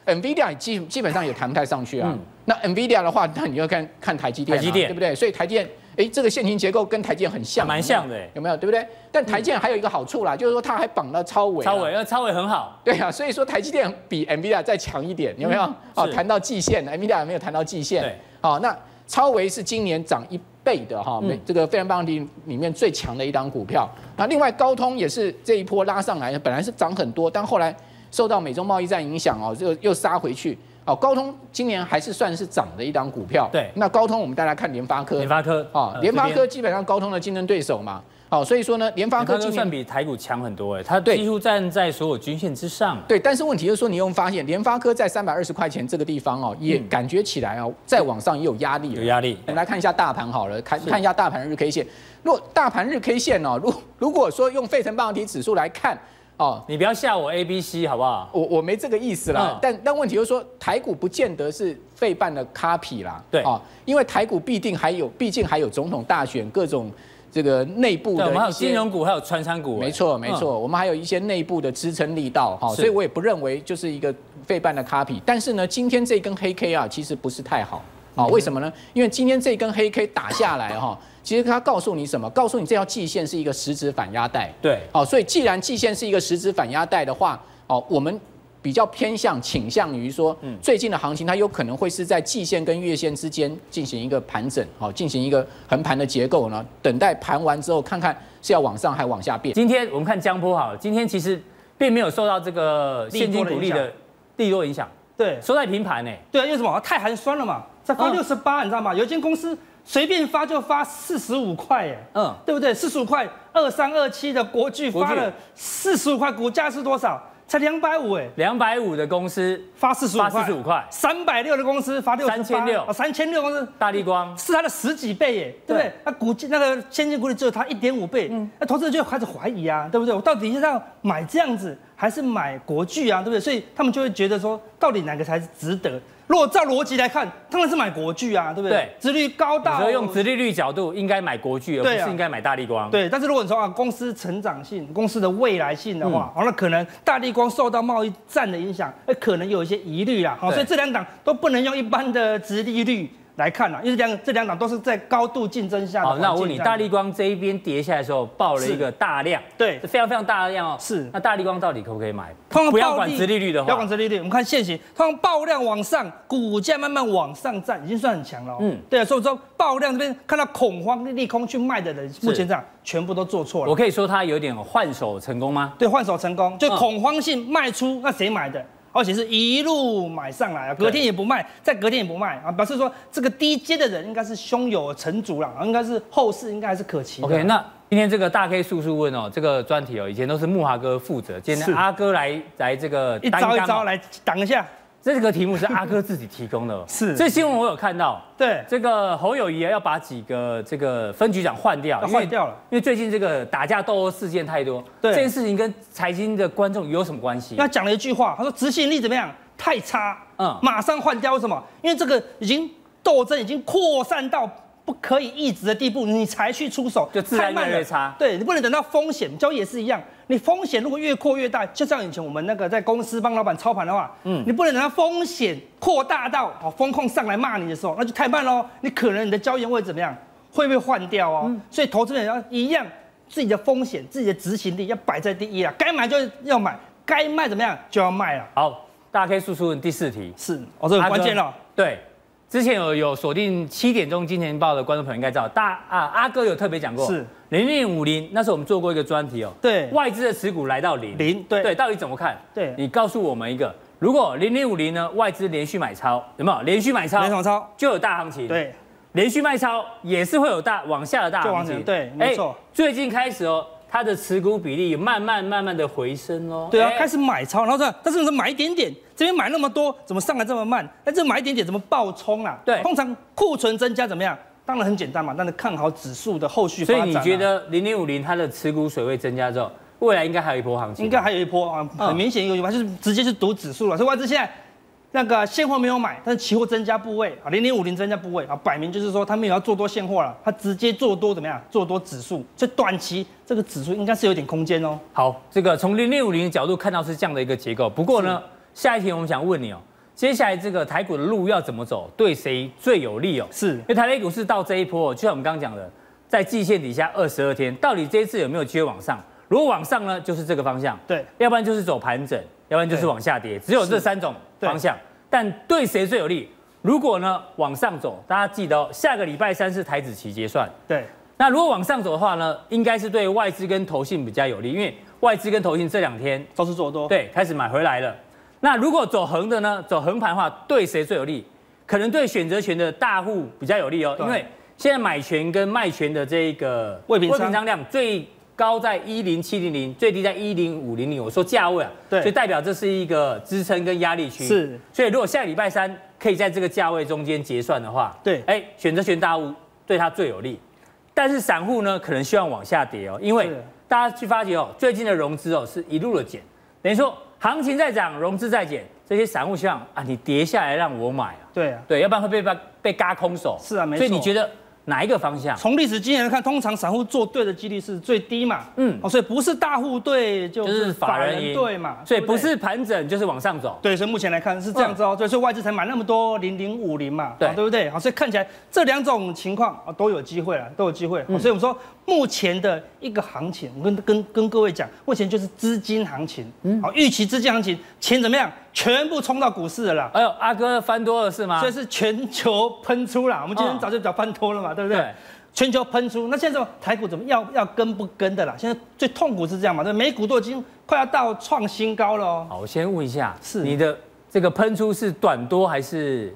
[SPEAKER 2] NVIDIA，NVIDIA 基基本上也弹不太上去啊
[SPEAKER 1] 嗯。
[SPEAKER 2] 那 NVIDIA 的话，那你就看看台积电啊，
[SPEAKER 1] 台积电
[SPEAKER 2] 对不对？所以台积电，哎，这个现行结构跟台积电很像，
[SPEAKER 1] 还蛮像的哎
[SPEAKER 2] 有没有？对不对？但台积电还有一个好处啦，就是说它还绑了超维啊，
[SPEAKER 1] 超伟，呃，超伟很好，
[SPEAKER 2] 对啊，所以说台积电比 NVIDIA 再强一点，有没有？哦，
[SPEAKER 1] 嗯是
[SPEAKER 2] 谈到季线，NVIDIA 还没有谈到季
[SPEAKER 1] 对
[SPEAKER 2] 线。好、那超维是今年涨一倍的哈、
[SPEAKER 1] 嗯
[SPEAKER 2] 美这个费城半导体里面最强的一档股票。那另外高通也是这一波拉上来，本来是涨很多，但后来受到美中贸易战影响哦，又又杀回去。哦，高通今年还是算是涨的一档股票。
[SPEAKER 1] 对
[SPEAKER 2] 那高通我们大家看联发科
[SPEAKER 1] 联发科
[SPEAKER 2] 啊，
[SPEAKER 1] 呃
[SPEAKER 2] 联发
[SPEAKER 1] 这
[SPEAKER 2] 科
[SPEAKER 1] 边
[SPEAKER 2] 基本上高通的竞争对手嘛。哦，所以说呢，联发
[SPEAKER 1] 联发
[SPEAKER 2] 科
[SPEAKER 1] 科
[SPEAKER 2] 今
[SPEAKER 1] 算
[SPEAKER 2] 年
[SPEAKER 1] 比台股强很多哎，它
[SPEAKER 2] 对
[SPEAKER 1] 几乎站在所有均线之上。啊
[SPEAKER 2] 对，但是问题就是说，你有没有发现联发科在三百二十块钱这个地方哦，也
[SPEAKER 1] 嗯
[SPEAKER 2] 感觉起来哦，再往上也有压力了
[SPEAKER 1] 有。压力
[SPEAKER 2] 我，们来看一下大盘好了，看
[SPEAKER 1] 是
[SPEAKER 2] 看一下大盘日 K 线。如果大盘日 K 线哦，如如果说用费城半导体指数来看哦，
[SPEAKER 1] 你不要吓我 A B C 好不好？
[SPEAKER 2] 我我没这个意思啦，
[SPEAKER 1] 嗯
[SPEAKER 2] 但但问题就是说，台股不见得是费半的 copy 啦，
[SPEAKER 1] 对
[SPEAKER 2] 啊、因为台股必定还有，毕竟还有总统大选各种这个内部
[SPEAKER 1] 对，
[SPEAKER 2] 的
[SPEAKER 1] 我们还
[SPEAKER 2] 一
[SPEAKER 1] 有
[SPEAKER 2] 些
[SPEAKER 1] 金融股，还有穿山股，哎
[SPEAKER 2] 没错，没错，我们还有一些内部的支撑力道哈，
[SPEAKER 1] 是
[SPEAKER 2] 所以我也不认为就是一个废半的 copy。但是呢，今天这根黑 K 啊，其实不是太好啊，为什么呢？因为今天这根黑 K 打下来哈，其实它告诉你什么？告诉你这条季线是一个实质反压带。
[SPEAKER 1] 对
[SPEAKER 2] 哦，所以既然季线是一个实质反压带的话，哦，我们。比较偏向倾向于说，最近的行情它有可能会是在季线跟月线之间进行一个盘整，好，进行一个横盘的结构呢，等待盘完之后看看是要往上还往下变。
[SPEAKER 1] 今天我们看江波好了，今天其实并没有受到这个现金股利的利多影响，
[SPEAKER 3] 对
[SPEAKER 1] 收在平盘哎，
[SPEAKER 3] 对，因为什么？啊太寒酸了嘛，才发
[SPEAKER 1] 嗯
[SPEAKER 3] 六十八，你知道吗？有一间公司随便发就发四十五块，耶，
[SPEAKER 1] 嗯
[SPEAKER 3] 嗯，对不对？四十五块，二三二七的国巨
[SPEAKER 1] 国巨
[SPEAKER 3] 发了四十五块，股价是多少？才两百五，哎，
[SPEAKER 1] 两百五的公司
[SPEAKER 3] 发四十五
[SPEAKER 1] 发
[SPEAKER 3] 块，
[SPEAKER 1] 45块
[SPEAKER 3] 三百六的公司发六啊
[SPEAKER 1] 36
[SPEAKER 3] 三千六公司
[SPEAKER 1] 大力光
[SPEAKER 3] 是它的十几倍耶，对不对？那股价那个现金股利只有它一点五倍，
[SPEAKER 1] 嗯
[SPEAKER 3] 那投资人就开始怀疑啊，对不对？我到底是要买这样子，还是买国巨啊，对不对？所以他们就会觉得说，到底哪个才是值得？如果照逻辑来看，当然是买国巨啊，对不对？
[SPEAKER 1] 对
[SPEAKER 3] 殖率高
[SPEAKER 1] 有
[SPEAKER 3] 到
[SPEAKER 1] 时候用直利率角度，应该买国巨，而不
[SPEAKER 3] 对啊
[SPEAKER 1] 是应该买大力光。
[SPEAKER 3] 对，但是如果你说啊，公司成长性、公司的未来性的
[SPEAKER 1] 嗯
[SPEAKER 3] 话，好、哦那可能大力光受到贸易战的影响，那可能有一些疑虑啦。好、
[SPEAKER 1] 对
[SPEAKER 3] 所以这两档都不能用一般的殖利率来看啊啦，因为这两这两档都是在高度竞争下的
[SPEAKER 1] 好，
[SPEAKER 3] 环境下。
[SPEAKER 1] 那我问你，大力光这一边跌下来的时候，爆了一个大量，
[SPEAKER 3] 对
[SPEAKER 1] 是非常非常大的量哦。
[SPEAKER 3] 是
[SPEAKER 1] 那大力光到底可不可以买？
[SPEAKER 3] 通常
[SPEAKER 1] 不要
[SPEAKER 3] 暴
[SPEAKER 1] 管
[SPEAKER 3] 利
[SPEAKER 1] 殖利率的
[SPEAKER 3] 不要
[SPEAKER 1] 话
[SPEAKER 3] 管，殖利率，我们看现行，通常爆量往上，股价慢慢往上站，已经算很强了、哦。
[SPEAKER 1] 嗯
[SPEAKER 3] 嗯，对啊，所以我说爆量这边看到恐慌利空去卖的人，目前这样全部都做错了。
[SPEAKER 1] 我可以说它有点换手成功吗？
[SPEAKER 3] 对，换手成功，就
[SPEAKER 1] 嗯
[SPEAKER 3] 恐慌性卖出，那谁买的？而且是一路买上来啊，隔天也不卖，再隔天也不卖啊，表示说这个低阶的人应该是胸有成竹了，应该是后市应该还是可期的。
[SPEAKER 1] OK，那今天这个大 K 叔叔问哦，这个专题哦，以前都是木华哥负责，今天
[SPEAKER 3] 是
[SPEAKER 1] 阿哥来来这个
[SPEAKER 3] 一
[SPEAKER 1] 担当
[SPEAKER 3] 招
[SPEAKER 1] 哦
[SPEAKER 3] 一招，来挡一下，
[SPEAKER 1] 这个题目是阿哥自己提供的哦，
[SPEAKER 3] 是
[SPEAKER 1] 这新闻我有看到。
[SPEAKER 3] 对，
[SPEAKER 1] 这个侯友谊啊要把几个这个分局长换掉，
[SPEAKER 3] 要
[SPEAKER 1] 因为
[SPEAKER 3] 换掉了
[SPEAKER 1] 因为最近这个打架斗殴事件太多。
[SPEAKER 3] 对
[SPEAKER 1] 这件事情跟财经的观众有什么关系？
[SPEAKER 3] 他讲了一句话，他说执行力怎么样？太差，
[SPEAKER 1] 嗯
[SPEAKER 3] 嗯，马上换掉。为什么？因为这个已经斗争已经扩散到不可以抑制的地步，你才去出手，
[SPEAKER 1] 就自然
[SPEAKER 3] 太慢
[SPEAKER 1] 越来越差
[SPEAKER 3] 了对你不能等到风险，交易也是一样，你风险如果越扩越大，就像以前我们那个在公司帮老板操盘的话，嗯，你不能等到风险扩大到哦风控上来骂你的时候，那就太慢喽。你可能你的交易员会怎么样？会被换掉哦。
[SPEAKER 1] 嗯
[SPEAKER 3] 所以投资人要一样，自己的风险、自己的执行力要摆在第一啊，该买就要买，该卖怎么样就要卖了。
[SPEAKER 1] 好，大 K 叔叔问第四题，
[SPEAKER 3] 是，哦，这个
[SPEAKER 1] 阿
[SPEAKER 3] 很
[SPEAKER 1] 哥
[SPEAKER 3] 关键了。。
[SPEAKER 1] 对，之前有有锁定七点钟金钱豹的观众朋友应该知道，大啊阿哥有特别讲过，
[SPEAKER 3] 是
[SPEAKER 1] 零零五零，那时候我们做过一个专题哦，
[SPEAKER 3] 对
[SPEAKER 1] 外资的持股来到零
[SPEAKER 3] 零对
[SPEAKER 1] 对，到底怎么看？
[SPEAKER 3] 对
[SPEAKER 1] 你告诉我们一个，如果零零五零呢外资连续买超，有没有连续买超？
[SPEAKER 3] 连什么超？
[SPEAKER 1] 就有大行情，，
[SPEAKER 3] 对，
[SPEAKER 1] 连续卖超也是会有大往下的大
[SPEAKER 3] 就
[SPEAKER 1] 行
[SPEAKER 3] 往前
[SPEAKER 1] 情，
[SPEAKER 3] 对没错
[SPEAKER 1] 哎最近开始哦，它的持股比例慢慢慢慢的回升哦，
[SPEAKER 3] 对啊，
[SPEAKER 1] 哎
[SPEAKER 3] 开始买超，然后说，但是你说买一点点，这边买那么多，怎么上来这么慢？那这买一点点怎么爆冲啊？
[SPEAKER 1] 对
[SPEAKER 3] 通常库存增加怎么样？当然很简单嘛，但是看好指数的后续发
[SPEAKER 1] 所以
[SPEAKER 3] 展、啊
[SPEAKER 1] 你觉？得零零五零它的持股水位增加之后，未来应该还有一波行情？
[SPEAKER 3] 应该还有一波啊，
[SPEAKER 1] 嗯
[SPEAKER 3] 很明显有一波，就是直接是赌指数了。所以外资现在那个现货没有买，但是期货增加部位啊，零零五零增加部位啊，摆明就是说他们也要做多现货了，他直接做多怎么样？做多指数，所以短期这个指数应该是有点空间哦。
[SPEAKER 1] 好，这个从零零五零的角度看到是这样的一个结构。不过呢，下一题我们想问你哦，接下来这个台股的路要怎么走，对谁最有利哦？
[SPEAKER 3] 是
[SPEAKER 1] 因为台北股市到这一波哦，就像我们刚刚讲的，在季线底下二十二天，到底这一次有没有机会往上？如果往上呢，就是这个方向；
[SPEAKER 3] 对，
[SPEAKER 1] 要不然就是走盘整，要不然就是
[SPEAKER 3] 对
[SPEAKER 1] 往下跌，只有这三种
[SPEAKER 3] 对
[SPEAKER 1] 方向。但对谁最有利？如果呢往上走，大家记得哦，下个礼拜三是台子期结算，
[SPEAKER 3] 对，
[SPEAKER 1] 那如果往上走的话呢，应该是对外资跟投信比较有利，因为外资跟投信这两天
[SPEAKER 3] 都是做多。
[SPEAKER 1] 对开始买回来了。那如果走横的呢，走横盘的话，对谁最有利？可能对选择权的大户比较有利哦，
[SPEAKER 3] 对
[SPEAKER 1] 因为现在买权跟卖权的这个
[SPEAKER 3] 未平仓
[SPEAKER 1] 量最高在一零七零零，最低在一零五零零。我说价位啊，
[SPEAKER 3] 对
[SPEAKER 1] 所以代表这是一个支撑跟压力区。
[SPEAKER 3] 是，
[SPEAKER 1] 所以如果下礼拜三可以在这个价位中间结算的话，
[SPEAKER 3] 对
[SPEAKER 1] 哎，选择权大户对它最有利。但是散户呢，可能希望往下跌哦，因为
[SPEAKER 3] 是
[SPEAKER 1] 大家去发觉哦，最近的融资哦是一路的减，等于说行情在涨，融资在减，这些散户希望啊你跌下来让我买啊，
[SPEAKER 3] 对啊。
[SPEAKER 1] 对，要不然会被被被嘎空手。
[SPEAKER 3] 是啊没
[SPEAKER 1] 所以
[SPEAKER 3] 错
[SPEAKER 1] 你觉得哪一个方向？
[SPEAKER 3] 从历史经验来看，通常散户做对的几率是最低嘛，
[SPEAKER 1] 嗯
[SPEAKER 3] 嗯，哦，所以不是大户对，就
[SPEAKER 1] 就是
[SPEAKER 3] 是
[SPEAKER 1] 法
[SPEAKER 3] 法
[SPEAKER 1] 人赢
[SPEAKER 3] 人对嘛，
[SPEAKER 1] 所以
[SPEAKER 3] 对
[SPEAKER 1] 不
[SPEAKER 3] 对
[SPEAKER 1] 是盘整就是往上走。
[SPEAKER 3] 对，所以目前来看是这样子哦，所以所以外资才买那么多零零五零嘛，
[SPEAKER 1] 对
[SPEAKER 3] 啊对不对？好，所以看起来这两种情况啊都有机会了，都有机会。
[SPEAKER 1] 嗯
[SPEAKER 3] 好所以我们说目前的一个行情，我跟跟跟各位讲，目前就是资金行情，
[SPEAKER 1] 嗯
[SPEAKER 3] 好，预期资金行情，钱怎么样，全部冲到股市了啦。
[SPEAKER 1] 哎呦，阿哥翻多了是吗
[SPEAKER 3] 所以？是全球喷出啦，我们今天早就比较翻多了嘛，对不对？
[SPEAKER 1] 哦对
[SPEAKER 3] 全球喷出，那现在这种台股怎么要要跟不跟的啦？现在最痛苦是这样嘛，对，美股都已经快要到创新高了哦，
[SPEAKER 1] 好，我先问一下，
[SPEAKER 3] 是
[SPEAKER 1] 你的这个喷出是短多还是？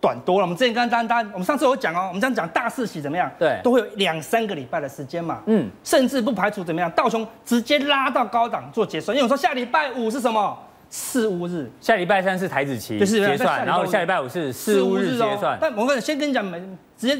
[SPEAKER 3] 短多了。我们之前跟大家，我们上次有讲哦，我们这样讲大四喜怎么样？
[SPEAKER 1] 对
[SPEAKER 3] 都会有两三个礼拜的时间嘛，
[SPEAKER 1] 嗯，
[SPEAKER 3] 甚至不排除怎么样，道琼直接拉到高档做结算，因为我说下礼拜五是什么？四五日，
[SPEAKER 1] 下礼拜三是台子期
[SPEAKER 3] 就是
[SPEAKER 1] 结
[SPEAKER 3] 在下礼
[SPEAKER 1] 算，
[SPEAKER 3] 拜
[SPEAKER 1] 然后
[SPEAKER 3] 五哦
[SPEAKER 1] 下礼拜五是四五日结算。
[SPEAKER 3] 但我跟你先跟你讲，直接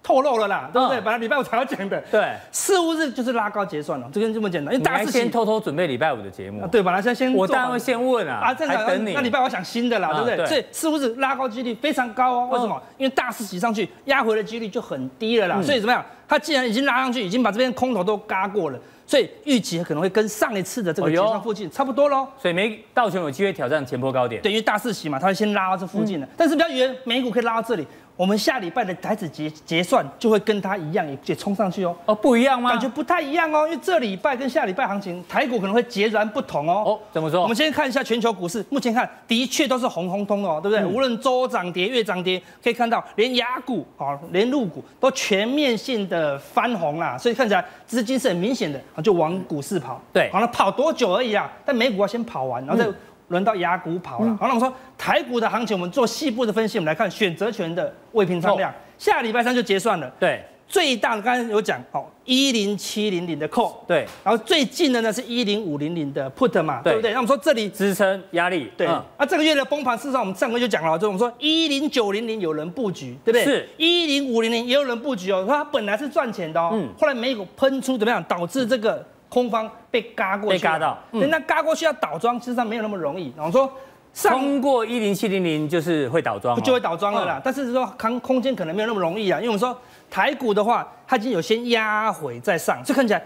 [SPEAKER 3] 透露了啦，对不对？
[SPEAKER 1] 嗯
[SPEAKER 3] 本来礼拜五才要讲的，
[SPEAKER 1] 对，
[SPEAKER 3] 四五日就是拉高结算了，这个这么简单，因为
[SPEAKER 1] 你
[SPEAKER 3] 大
[SPEAKER 1] 还
[SPEAKER 3] 事
[SPEAKER 1] 先
[SPEAKER 3] 情
[SPEAKER 1] 偷偷准备礼拜五的节
[SPEAKER 3] 啊，
[SPEAKER 1] 目，
[SPEAKER 3] 对，本来先先
[SPEAKER 1] 我
[SPEAKER 3] 做
[SPEAKER 1] 当然
[SPEAKER 3] 嘛
[SPEAKER 1] 会先问啊，
[SPEAKER 3] 啊，正
[SPEAKER 1] 还
[SPEAKER 3] 常
[SPEAKER 1] 等你。
[SPEAKER 3] 那礼拜我想新的啦，
[SPEAKER 1] 啊
[SPEAKER 3] 对不
[SPEAKER 1] 对
[SPEAKER 3] 对？所以四五日拉高几率非常高哦，为什么？因为大势洗上去，压回的几率就很
[SPEAKER 1] 嗯
[SPEAKER 3] 低了啦。所以怎么样？它既然已经拉上去，已经把这边空头都嘎过了，所以预期可能会跟上一次的这个
[SPEAKER 1] 哎
[SPEAKER 3] 结
[SPEAKER 1] 呦
[SPEAKER 3] 算附近差不多喽。
[SPEAKER 1] 所以没道琼有机会挑战前波高点。
[SPEAKER 3] 对，因为大四喜嘛，它会先拉到这附
[SPEAKER 1] 嗯
[SPEAKER 3] 近的，但是比较远，美股可以拉到这里。我们下礼拜的台子结结算就会跟它一样，也也冲上去哦。
[SPEAKER 1] 哦，不一样吗？
[SPEAKER 3] 感觉不太一样哦，因为这礼拜跟下礼拜行情，台股可能会截然不同哦。
[SPEAKER 1] 哦怎么说
[SPEAKER 3] 我们先看一下全球股市，目前看的确都是红红通的哦，对
[SPEAKER 1] 嗯
[SPEAKER 3] 不对？无论周涨跌、月涨跌，可以看到连雅股哦，连陆股都全面性的翻红啦，所以看起来资金是很明显的，啊就往股市跑。
[SPEAKER 1] 对嗯
[SPEAKER 3] 好了，跑多久而已啊？但美股要先跑完，然后再。轮到雅股跑了，好，那我们说台股的行情，我们做细部的分析，我们来看选择权的未平仓
[SPEAKER 1] 哦
[SPEAKER 3] 量，下礼拜三就结算了。
[SPEAKER 1] 对
[SPEAKER 3] 最大的刚才有讲哦，一零七零零的 call，
[SPEAKER 1] 对，
[SPEAKER 3] 然后最近的呢是一零五零零的 put 嘛，
[SPEAKER 1] 对
[SPEAKER 3] 对不对？那我们说这里
[SPEAKER 1] 支撑压力，
[SPEAKER 3] 对，
[SPEAKER 1] 嗯
[SPEAKER 3] 啊，这个月的崩盘，事实上我们上个月就讲了，就我们说一零九零零有人布局，对不对？
[SPEAKER 1] 是
[SPEAKER 3] 一零五零零也有人布局哦，说它本来是赚钱的哦，
[SPEAKER 1] 嗯
[SPEAKER 3] 后来美股喷出怎么样，导致这个空方被嘎过去
[SPEAKER 1] 被
[SPEAKER 3] 了，
[SPEAKER 1] 嘎到嗯
[SPEAKER 3] 对，那嘎过去要倒装，事实上没有那么容易。然后说上
[SPEAKER 1] 通过一零七零零就是会倒装哦，
[SPEAKER 3] 就会倒装了啦。但是说空空间可能没有那么容易啊，因为我们说台股的话，它已经有先压回再上，所以看起来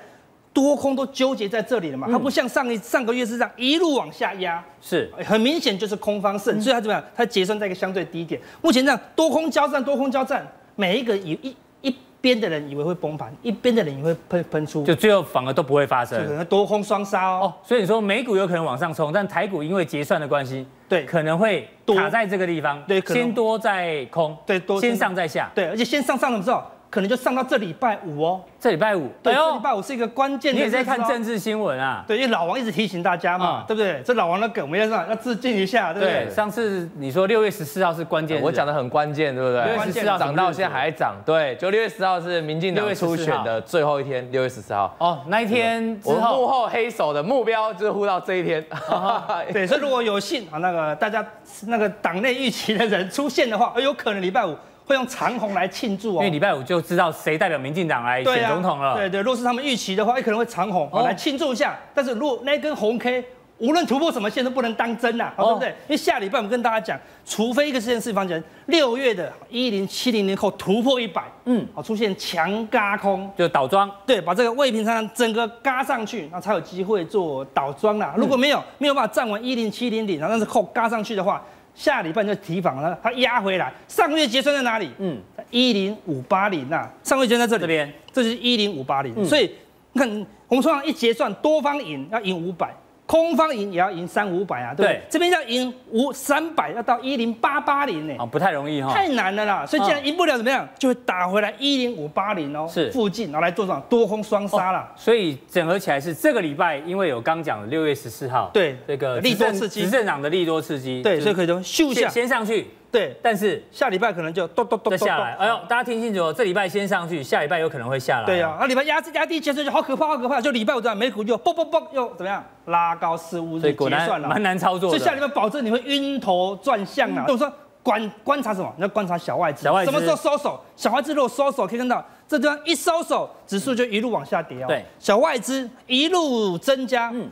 [SPEAKER 3] 多空都纠结在这里了
[SPEAKER 1] 嗯
[SPEAKER 3] 嘛。它不像上一上个月是这样一路往下压，
[SPEAKER 1] 是
[SPEAKER 3] 很明显就是空方胜，所以它怎么样？它结算在一个相对低点。目前这样多空交战，多空交战，每一个有一一边的人以为会崩盘，一边的人也会喷喷出，
[SPEAKER 1] 就
[SPEAKER 3] 就
[SPEAKER 1] 最后反而都不会发生
[SPEAKER 3] 可。能多空双杀哦
[SPEAKER 1] 哦。，所以你说美股有可能往上冲，但台股因为结算的关系，
[SPEAKER 3] 对
[SPEAKER 1] 可能会
[SPEAKER 3] 多
[SPEAKER 1] 卡在这个地方，
[SPEAKER 3] 对可能
[SPEAKER 1] 先多再空，
[SPEAKER 3] 对多
[SPEAKER 1] 先
[SPEAKER 3] 先
[SPEAKER 1] 上再下。
[SPEAKER 3] 对，而且先上上了之后，可能就上到这礼拜五哦。
[SPEAKER 1] 这礼拜五，
[SPEAKER 3] 对，
[SPEAKER 1] 哎
[SPEAKER 3] 这
[SPEAKER 1] 呦
[SPEAKER 3] 礼拜五是一个关键
[SPEAKER 1] 你
[SPEAKER 3] 的
[SPEAKER 1] 也
[SPEAKER 3] 日子哦。
[SPEAKER 1] 在看政治新闻啊？
[SPEAKER 3] 对，因为老王一直提醒大家
[SPEAKER 1] 嗯
[SPEAKER 3] 嘛，对不对？这老王的梗，我们要让要致敬一下，对不对？
[SPEAKER 1] 上次你说六月十四号是关键日，
[SPEAKER 4] 啊我讲的很关键，对不对？
[SPEAKER 1] 六
[SPEAKER 3] 月14号
[SPEAKER 4] 涨到现在
[SPEAKER 3] 哦
[SPEAKER 4] 还涨，对，就六月十号是民进
[SPEAKER 1] 6月
[SPEAKER 4] 党
[SPEAKER 1] 14号
[SPEAKER 4] 初选的最后一天，六月十四号。
[SPEAKER 1] 哦，那一天之
[SPEAKER 4] 我们幕
[SPEAKER 1] 后，啊
[SPEAKER 4] 后黑手的目标就是呼到这一天，
[SPEAKER 3] 对，所以如果有幸啊，那个大家那个党内预期的人出现的话，哎有可能礼拜五会用长虹来庆祝
[SPEAKER 1] 因
[SPEAKER 3] 哦。
[SPEAKER 1] 为礼拜五就知道谁代表民进党来
[SPEAKER 3] 对
[SPEAKER 1] 选
[SPEAKER 3] 啊，
[SPEAKER 1] 总统了。
[SPEAKER 3] 对对，若是他们预期的话，哎也可能会长红，
[SPEAKER 1] 哦
[SPEAKER 3] 来庆祝一下。但是如果那根红 K 无论突破什么线都不能当真呐、好
[SPEAKER 1] 哦
[SPEAKER 3] 对不对？因为下礼拜我们跟大家讲，除非一个事件事发生，六月的一零七零年后突破一百，
[SPEAKER 1] 嗯
[SPEAKER 3] 嗯，好出现强嘎空，
[SPEAKER 1] 就倒装，
[SPEAKER 3] 对，把这个未平仓量整个嘎上去，那才有机会做倒装啦。如果没有、没有办法站稳一零七零零，然后但是扣嘎上去的话，下礼拜就提防了，它压回来。上个月结算在哪里？
[SPEAKER 1] 嗯
[SPEAKER 3] 嗯，一零五八零呐，上个月结算在这
[SPEAKER 1] 这
[SPEAKER 3] 里，
[SPEAKER 1] 边
[SPEAKER 3] 这就是一零五八零
[SPEAKER 1] 嗯。
[SPEAKER 3] 所以你看，我们通常一结算，多方赢要赢五百。空方赢也要赢三五百啊，对不对
[SPEAKER 1] 对
[SPEAKER 3] 这边要赢五三百，要到一零八八零呢
[SPEAKER 1] 啊、，不太容易哈。
[SPEAKER 3] 太难了啦，所以既然赢不了怎么样，就会打回来一零五八零哦，
[SPEAKER 1] 是哦
[SPEAKER 3] 附近，然后来做什么多空双杀啦。
[SPEAKER 1] 所以整合起来是这个礼拜，因为有刚讲的六月十四号，
[SPEAKER 3] 对
[SPEAKER 1] 这个
[SPEAKER 3] 利多
[SPEAKER 1] 执政
[SPEAKER 3] 刺激
[SPEAKER 1] 执政党的利多刺激，
[SPEAKER 3] 对，
[SPEAKER 1] 就
[SPEAKER 3] 所以可以就秀一
[SPEAKER 1] 先
[SPEAKER 3] 下，
[SPEAKER 1] 先上去，
[SPEAKER 3] 对，
[SPEAKER 1] 但是
[SPEAKER 3] 下礼拜可能就咚咚咚
[SPEAKER 1] 再
[SPEAKER 3] 咚
[SPEAKER 1] 下 来，哎呦，大家听清楚哦，这礼拜先上去，下礼拜有可能会下来，
[SPEAKER 3] 对啊呀，，那礼拜压制压低结算就好可怕，好可怕，就礼拜五这样，美股就嘣嘣嘣又怎么样拉高四五
[SPEAKER 1] 所
[SPEAKER 3] 日
[SPEAKER 1] 以果
[SPEAKER 3] 结
[SPEAKER 1] 然
[SPEAKER 3] 算了
[SPEAKER 1] 蛮，难操作
[SPEAKER 3] 所
[SPEAKER 1] 的。嗯
[SPEAKER 3] 以下礼拜保证你会晕头转向啊。我说观观察什么？你要观察小外资，
[SPEAKER 1] 小外资
[SPEAKER 3] 什么时候收手？小外资如果收手，可以看到这地方一收手，指数就一路往下跌哦。
[SPEAKER 1] 对，
[SPEAKER 3] 小外资一路增加，
[SPEAKER 1] 嗯
[SPEAKER 3] 嗯。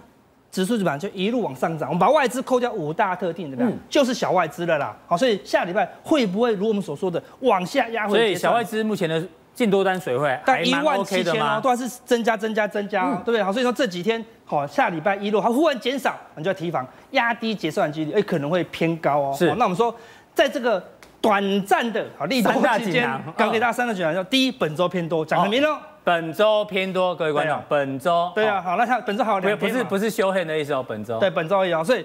[SPEAKER 3] 指数基本上就一路往上涨，我们把外资扣掉五大特定，怎么样？
[SPEAKER 1] 嗯
[SPEAKER 3] 就是小外资了啦。好，所以下礼拜会不会如我们所说的往下压
[SPEAKER 1] 所
[SPEAKER 3] 回结算？
[SPEAKER 1] 以小外资目前的净多单水位
[SPEAKER 3] 大
[SPEAKER 1] 还
[SPEAKER 3] 概一
[SPEAKER 1] 蛮
[SPEAKER 3] 万
[SPEAKER 1] OK
[SPEAKER 3] 七
[SPEAKER 1] 的嗯
[SPEAKER 3] 千哦
[SPEAKER 1] 吗，？
[SPEAKER 3] 都还是增加、增加、增加、哦，对不对？好，所以说这几天好，下礼拜一如果它忽然减少，你就要提防压低结算的几率，哎，可能会偏高哦。
[SPEAKER 1] 是
[SPEAKER 3] 好那我们说，在这个短暂的好利多
[SPEAKER 1] 三大
[SPEAKER 3] 期
[SPEAKER 1] 锦
[SPEAKER 3] 间
[SPEAKER 1] 囊，嗯哦
[SPEAKER 3] 刚给大家三大锦囊，叫第一本周偏多，讲得明了。
[SPEAKER 1] 本周偏多，各位观众，
[SPEAKER 3] 对啊
[SPEAKER 1] 本周
[SPEAKER 3] 对啊，
[SPEAKER 1] 哦
[SPEAKER 3] 好，那它本周还有
[SPEAKER 1] 不是
[SPEAKER 3] 两
[SPEAKER 1] 不
[SPEAKER 3] 天
[SPEAKER 1] 是
[SPEAKER 3] 嘛
[SPEAKER 1] 不是修黑的意思哦，本周
[SPEAKER 3] 对，本周而已哦，所以。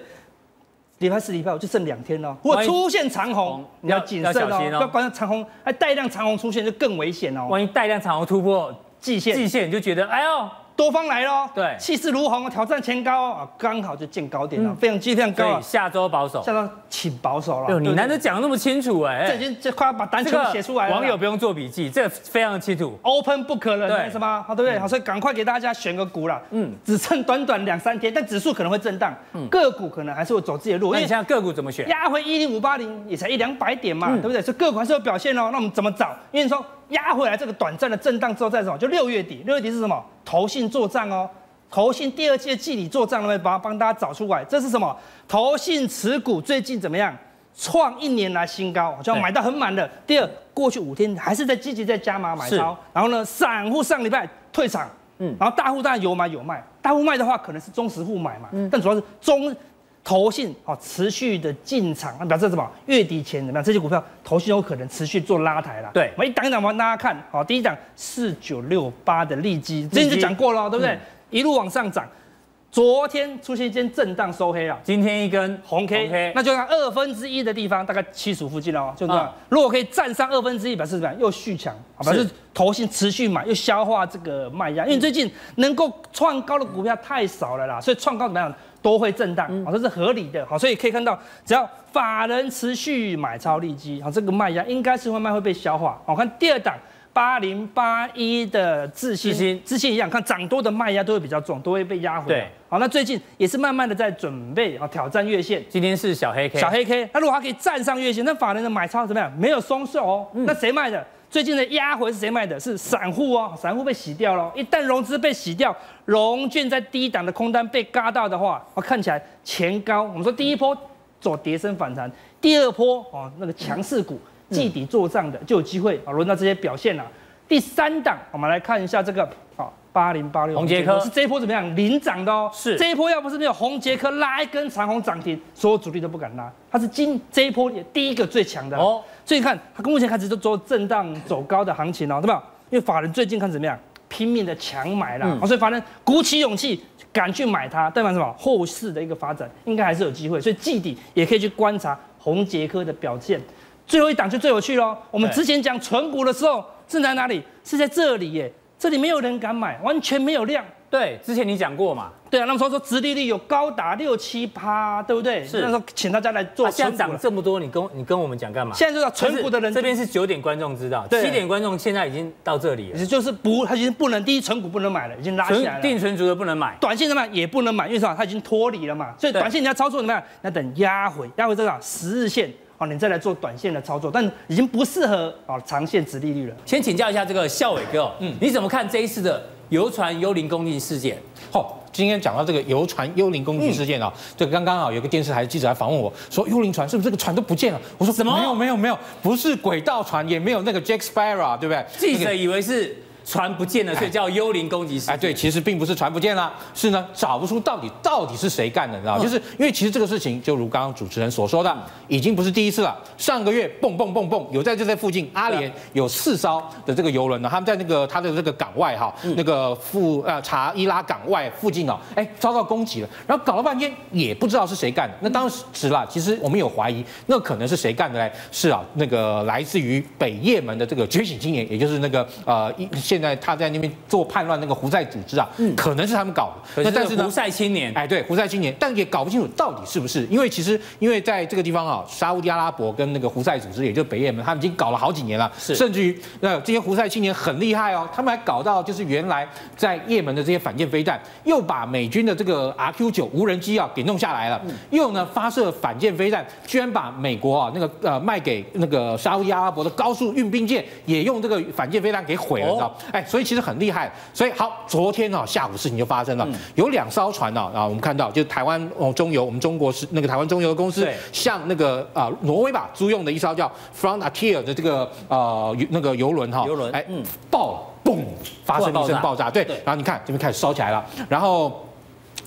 [SPEAKER 3] 礼拜四、礼拜五就剩两天哦了。如果
[SPEAKER 1] 万一
[SPEAKER 3] 出现长
[SPEAKER 1] 红
[SPEAKER 3] 红，你要
[SPEAKER 1] 要
[SPEAKER 3] 谨
[SPEAKER 1] 要
[SPEAKER 3] 慎
[SPEAKER 1] 小
[SPEAKER 3] 哦
[SPEAKER 1] 心，哦
[SPEAKER 3] 不要关注长红，还带量长红出现就更危险哦。
[SPEAKER 1] 万一带量长虹突破
[SPEAKER 3] 季线
[SPEAKER 1] 季线，你就觉得哎呦，
[SPEAKER 3] 多方来喽，
[SPEAKER 1] 对嗯
[SPEAKER 3] 气势如虹，挑战前高啊，刚好就见高点了，非常机非常高
[SPEAKER 1] 所以
[SPEAKER 3] 啊，
[SPEAKER 1] 下周保守。
[SPEAKER 3] 下周请保守了。
[SPEAKER 1] 哎呦，
[SPEAKER 3] 对
[SPEAKER 1] 你
[SPEAKER 3] 不对
[SPEAKER 1] 难得讲得那么清楚哎，
[SPEAKER 3] 这已经这快要把单
[SPEAKER 1] 这
[SPEAKER 3] 全
[SPEAKER 1] 个
[SPEAKER 3] 部写出来了，
[SPEAKER 1] 网友不用做笔记，这个非常清楚。
[SPEAKER 3] open 不可能啊
[SPEAKER 1] 对
[SPEAKER 3] 那是吗？好，对不对？好，所以赶快给大家选个股啦。
[SPEAKER 1] 嗯
[SPEAKER 3] 嗯，只剩短短两三天，但指数可能会震荡，个股可能还是会走自己的路，
[SPEAKER 1] 那
[SPEAKER 3] 因
[SPEAKER 1] 你
[SPEAKER 3] 为
[SPEAKER 1] 现在个股怎么选？嗯
[SPEAKER 3] 压回一零五八零也才一两百点嘛，对不对？所以个股还是有表现哦。那我们怎么找？因为你说压回来这个短暂的震荡之后，再什么？就六月底，六月底是什么？投信做账哦，投信第二季的季底做账，那么把它帮大家找出来，这是什么？投信持股最近怎么样？创一年来新高，就要
[SPEAKER 1] 对
[SPEAKER 3] 买到很满的。第二，过去五天还是在积极在加码买
[SPEAKER 1] 是
[SPEAKER 3] 超，然后呢，散户上礼拜退场，
[SPEAKER 1] 嗯
[SPEAKER 3] 嗯，然后大户当然有买有卖，大户卖的话可能是中实户买嘛，但主要是中投信哦持续的进场，那表示什么？月底前怎么样？这些股票投信有可能持续做拉抬啦。
[SPEAKER 1] 对
[SPEAKER 3] 我们一档一档帮大家看，好，第一档四九六八的利基，之前就讲过了哦，对不对？一路往上涨，昨天出现一间震荡收黑啊。
[SPEAKER 1] 今天一根
[SPEAKER 3] 红 K，, 那就看二分之一的地方，大概七十附近哦，就这样。
[SPEAKER 1] 嗯
[SPEAKER 3] 如果可以站上二分之一，表示什么样？又续强，好表示
[SPEAKER 1] 是
[SPEAKER 3] 投信持续买，又消化这个卖压。因为最近能够创高的股票太少了啦，所以创高怎么样都会震荡，啊好、这是合理的。好，所以可以看到，只要法人持续买超利基，啊好，这个卖压应该是慢慢会被消化。好，看第二档。八零八一的自信，
[SPEAKER 1] 自信
[SPEAKER 3] 自信一样，看涨多的卖压都会比较重，都会被压回来。
[SPEAKER 1] 对
[SPEAKER 3] 好，那最近也是慢慢的在准备啊挑战月线，
[SPEAKER 1] 今天是小黑 K，
[SPEAKER 3] 小黑 K，那如果它可以站上月线，那法人的买超怎么样？没有松手哦。
[SPEAKER 1] 嗯
[SPEAKER 3] 那谁卖的？最近的压回是谁卖的？是散户哦，散户被洗掉了哦。一旦融资被洗掉，融券在低档的空单被嘎到的话，哦，看起来前高，我们说第一波走跌升反弹，第二波哦那个强势股
[SPEAKER 1] 嗯
[SPEAKER 3] 季底做账的就有机会啊，哦轮到这些表现了。第三档，我们来看一下这个好八零八六
[SPEAKER 1] 红杰科
[SPEAKER 3] 是这一波怎么样领涨的哦，
[SPEAKER 1] 是
[SPEAKER 3] 这一波要不是没有红杰科拉一根长红涨停，所有主力都不敢拉，它是今这一波里第一个最强的
[SPEAKER 1] 哦
[SPEAKER 3] 哦。所以你看，它目前开始就做震荡走高的行情哦，对吧？因为法人最近看怎么样，拼命的强买啦，
[SPEAKER 2] 嗯
[SPEAKER 3] 哦所以法人鼓起勇气敢去买它，代表什么？后市的一个发展应该还是有机会，所以季底也可以去观察红杰科的表现。最后一档就最有趣喽，我们
[SPEAKER 1] 对
[SPEAKER 3] 之前讲存股的时候是在哪里？是在这里耶，这里没有人敢买，完全没有量。
[SPEAKER 1] 对，之前你讲过嘛，
[SPEAKER 3] 对啊，那时候说殖利率有高达六七趴，对不对？
[SPEAKER 1] 是
[SPEAKER 3] 那时候请大家来做
[SPEAKER 1] 啊现
[SPEAKER 3] 存
[SPEAKER 1] 在
[SPEAKER 3] 股
[SPEAKER 1] 涨
[SPEAKER 3] 了。
[SPEAKER 1] 这么多，你跟你跟我们讲干嘛？
[SPEAKER 3] 现在就是要存股的人
[SPEAKER 1] 这边是九点观众知道，
[SPEAKER 3] 对
[SPEAKER 1] 七点观众现在已经到这里了，
[SPEAKER 3] 也就是不，它已经不能第一存股不能买了，已经拉起来
[SPEAKER 1] 存
[SPEAKER 3] 了。
[SPEAKER 1] 定存族的不能买，
[SPEAKER 3] 短线怎么样也不能买，因为什么？它已经脱离了嘛，所以
[SPEAKER 1] 对
[SPEAKER 3] 短线你要操作怎么样？你要等压回，压回这个十日线哦，你再来做短线的操作，但已经不适合哦长线值利率了。
[SPEAKER 1] 先请教一下这个孝伟哥、哦，
[SPEAKER 5] 嗯
[SPEAKER 1] 你怎么看这一次的游船幽灵攻击事件？
[SPEAKER 5] 哦，今天讲到这个游船幽灵
[SPEAKER 1] 嗯
[SPEAKER 5] 攻击事件啊，这个刚刚啊有个电视台记者还访问我说，幽灵船是不是这个船都不见了？我说
[SPEAKER 1] 什么
[SPEAKER 5] 没有没有没有，不是轨道船，也没有那个 Jack Sparrow，对不对？啊
[SPEAKER 1] 记者
[SPEAKER 5] 那个。
[SPEAKER 1] 以为是船不见了，所以叫幽灵攻击事件。
[SPEAKER 5] 哎，对，其实并不是船不见了，是呢找不出到底到底是谁干的，你
[SPEAKER 1] 嗯
[SPEAKER 5] 知道吗？就是因为其实这个事情，就如刚刚主持人所说的，已经不是第一次了。上个月蹦蹦蹦蹦，有在就在附近阿联有四艘的这个游轮呢，他们在那个他的这个港外哈，
[SPEAKER 1] 嗯
[SPEAKER 5] 那个附呃查伊
[SPEAKER 1] 啊
[SPEAKER 5] 拉港外附近哦，哎遭到攻击了，然后搞了半天也不知道是谁干的。那当时啦，其实我们有怀疑，那可能是谁干的嘞？是啊，那个来自于北也门的这个觉醒青年，也就是那个呃，一现在他在那边做叛乱那个胡塞组织啊，可能是他们搞
[SPEAKER 1] 可
[SPEAKER 5] 的。
[SPEAKER 1] 是
[SPEAKER 5] 那
[SPEAKER 1] 这个胡塞青年，
[SPEAKER 5] 哎，对，胡塞青年，但也搞不清楚到底是不是，因为其实因为在这个地方啊，沙烏地阿拉伯跟那个胡塞组织，也就是北也门，他们已经搞了好几年了，
[SPEAKER 1] 是
[SPEAKER 5] 甚至于那这些胡塞青年很厉害哦，他们还搞到就是原来在也门的这些反舰飞弹，又把美军的这个 RQ 九无人机啊给弄下来了，又呢发射反舰飞弹，居然把美国啊那个呃卖给那个沙烏地阿拉伯的高速运兵舰，也用这个反舰飞弹给毁了，你知道
[SPEAKER 1] 哦？
[SPEAKER 5] 哎，所以其实很厉害。所以好，昨天哦下午事情就发生了，
[SPEAKER 1] 嗯
[SPEAKER 5] 有两艘船呢啊，我们看到就是台湾哦中油，我们中国是那个台湾中油的公司
[SPEAKER 1] 对，
[SPEAKER 5] 向那个啊挪威吧租用的一艘叫 Frontier 的这个呃游那个游轮哈，哎
[SPEAKER 1] 游轮嗯
[SPEAKER 5] 爆了，嘣，发生了一
[SPEAKER 1] 突然
[SPEAKER 5] 声
[SPEAKER 1] 爆
[SPEAKER 5] 爆炸，对
[SPEAKER 1] 对，
[SPEAKER 5] 然后你看这边开始烧起来了，然后。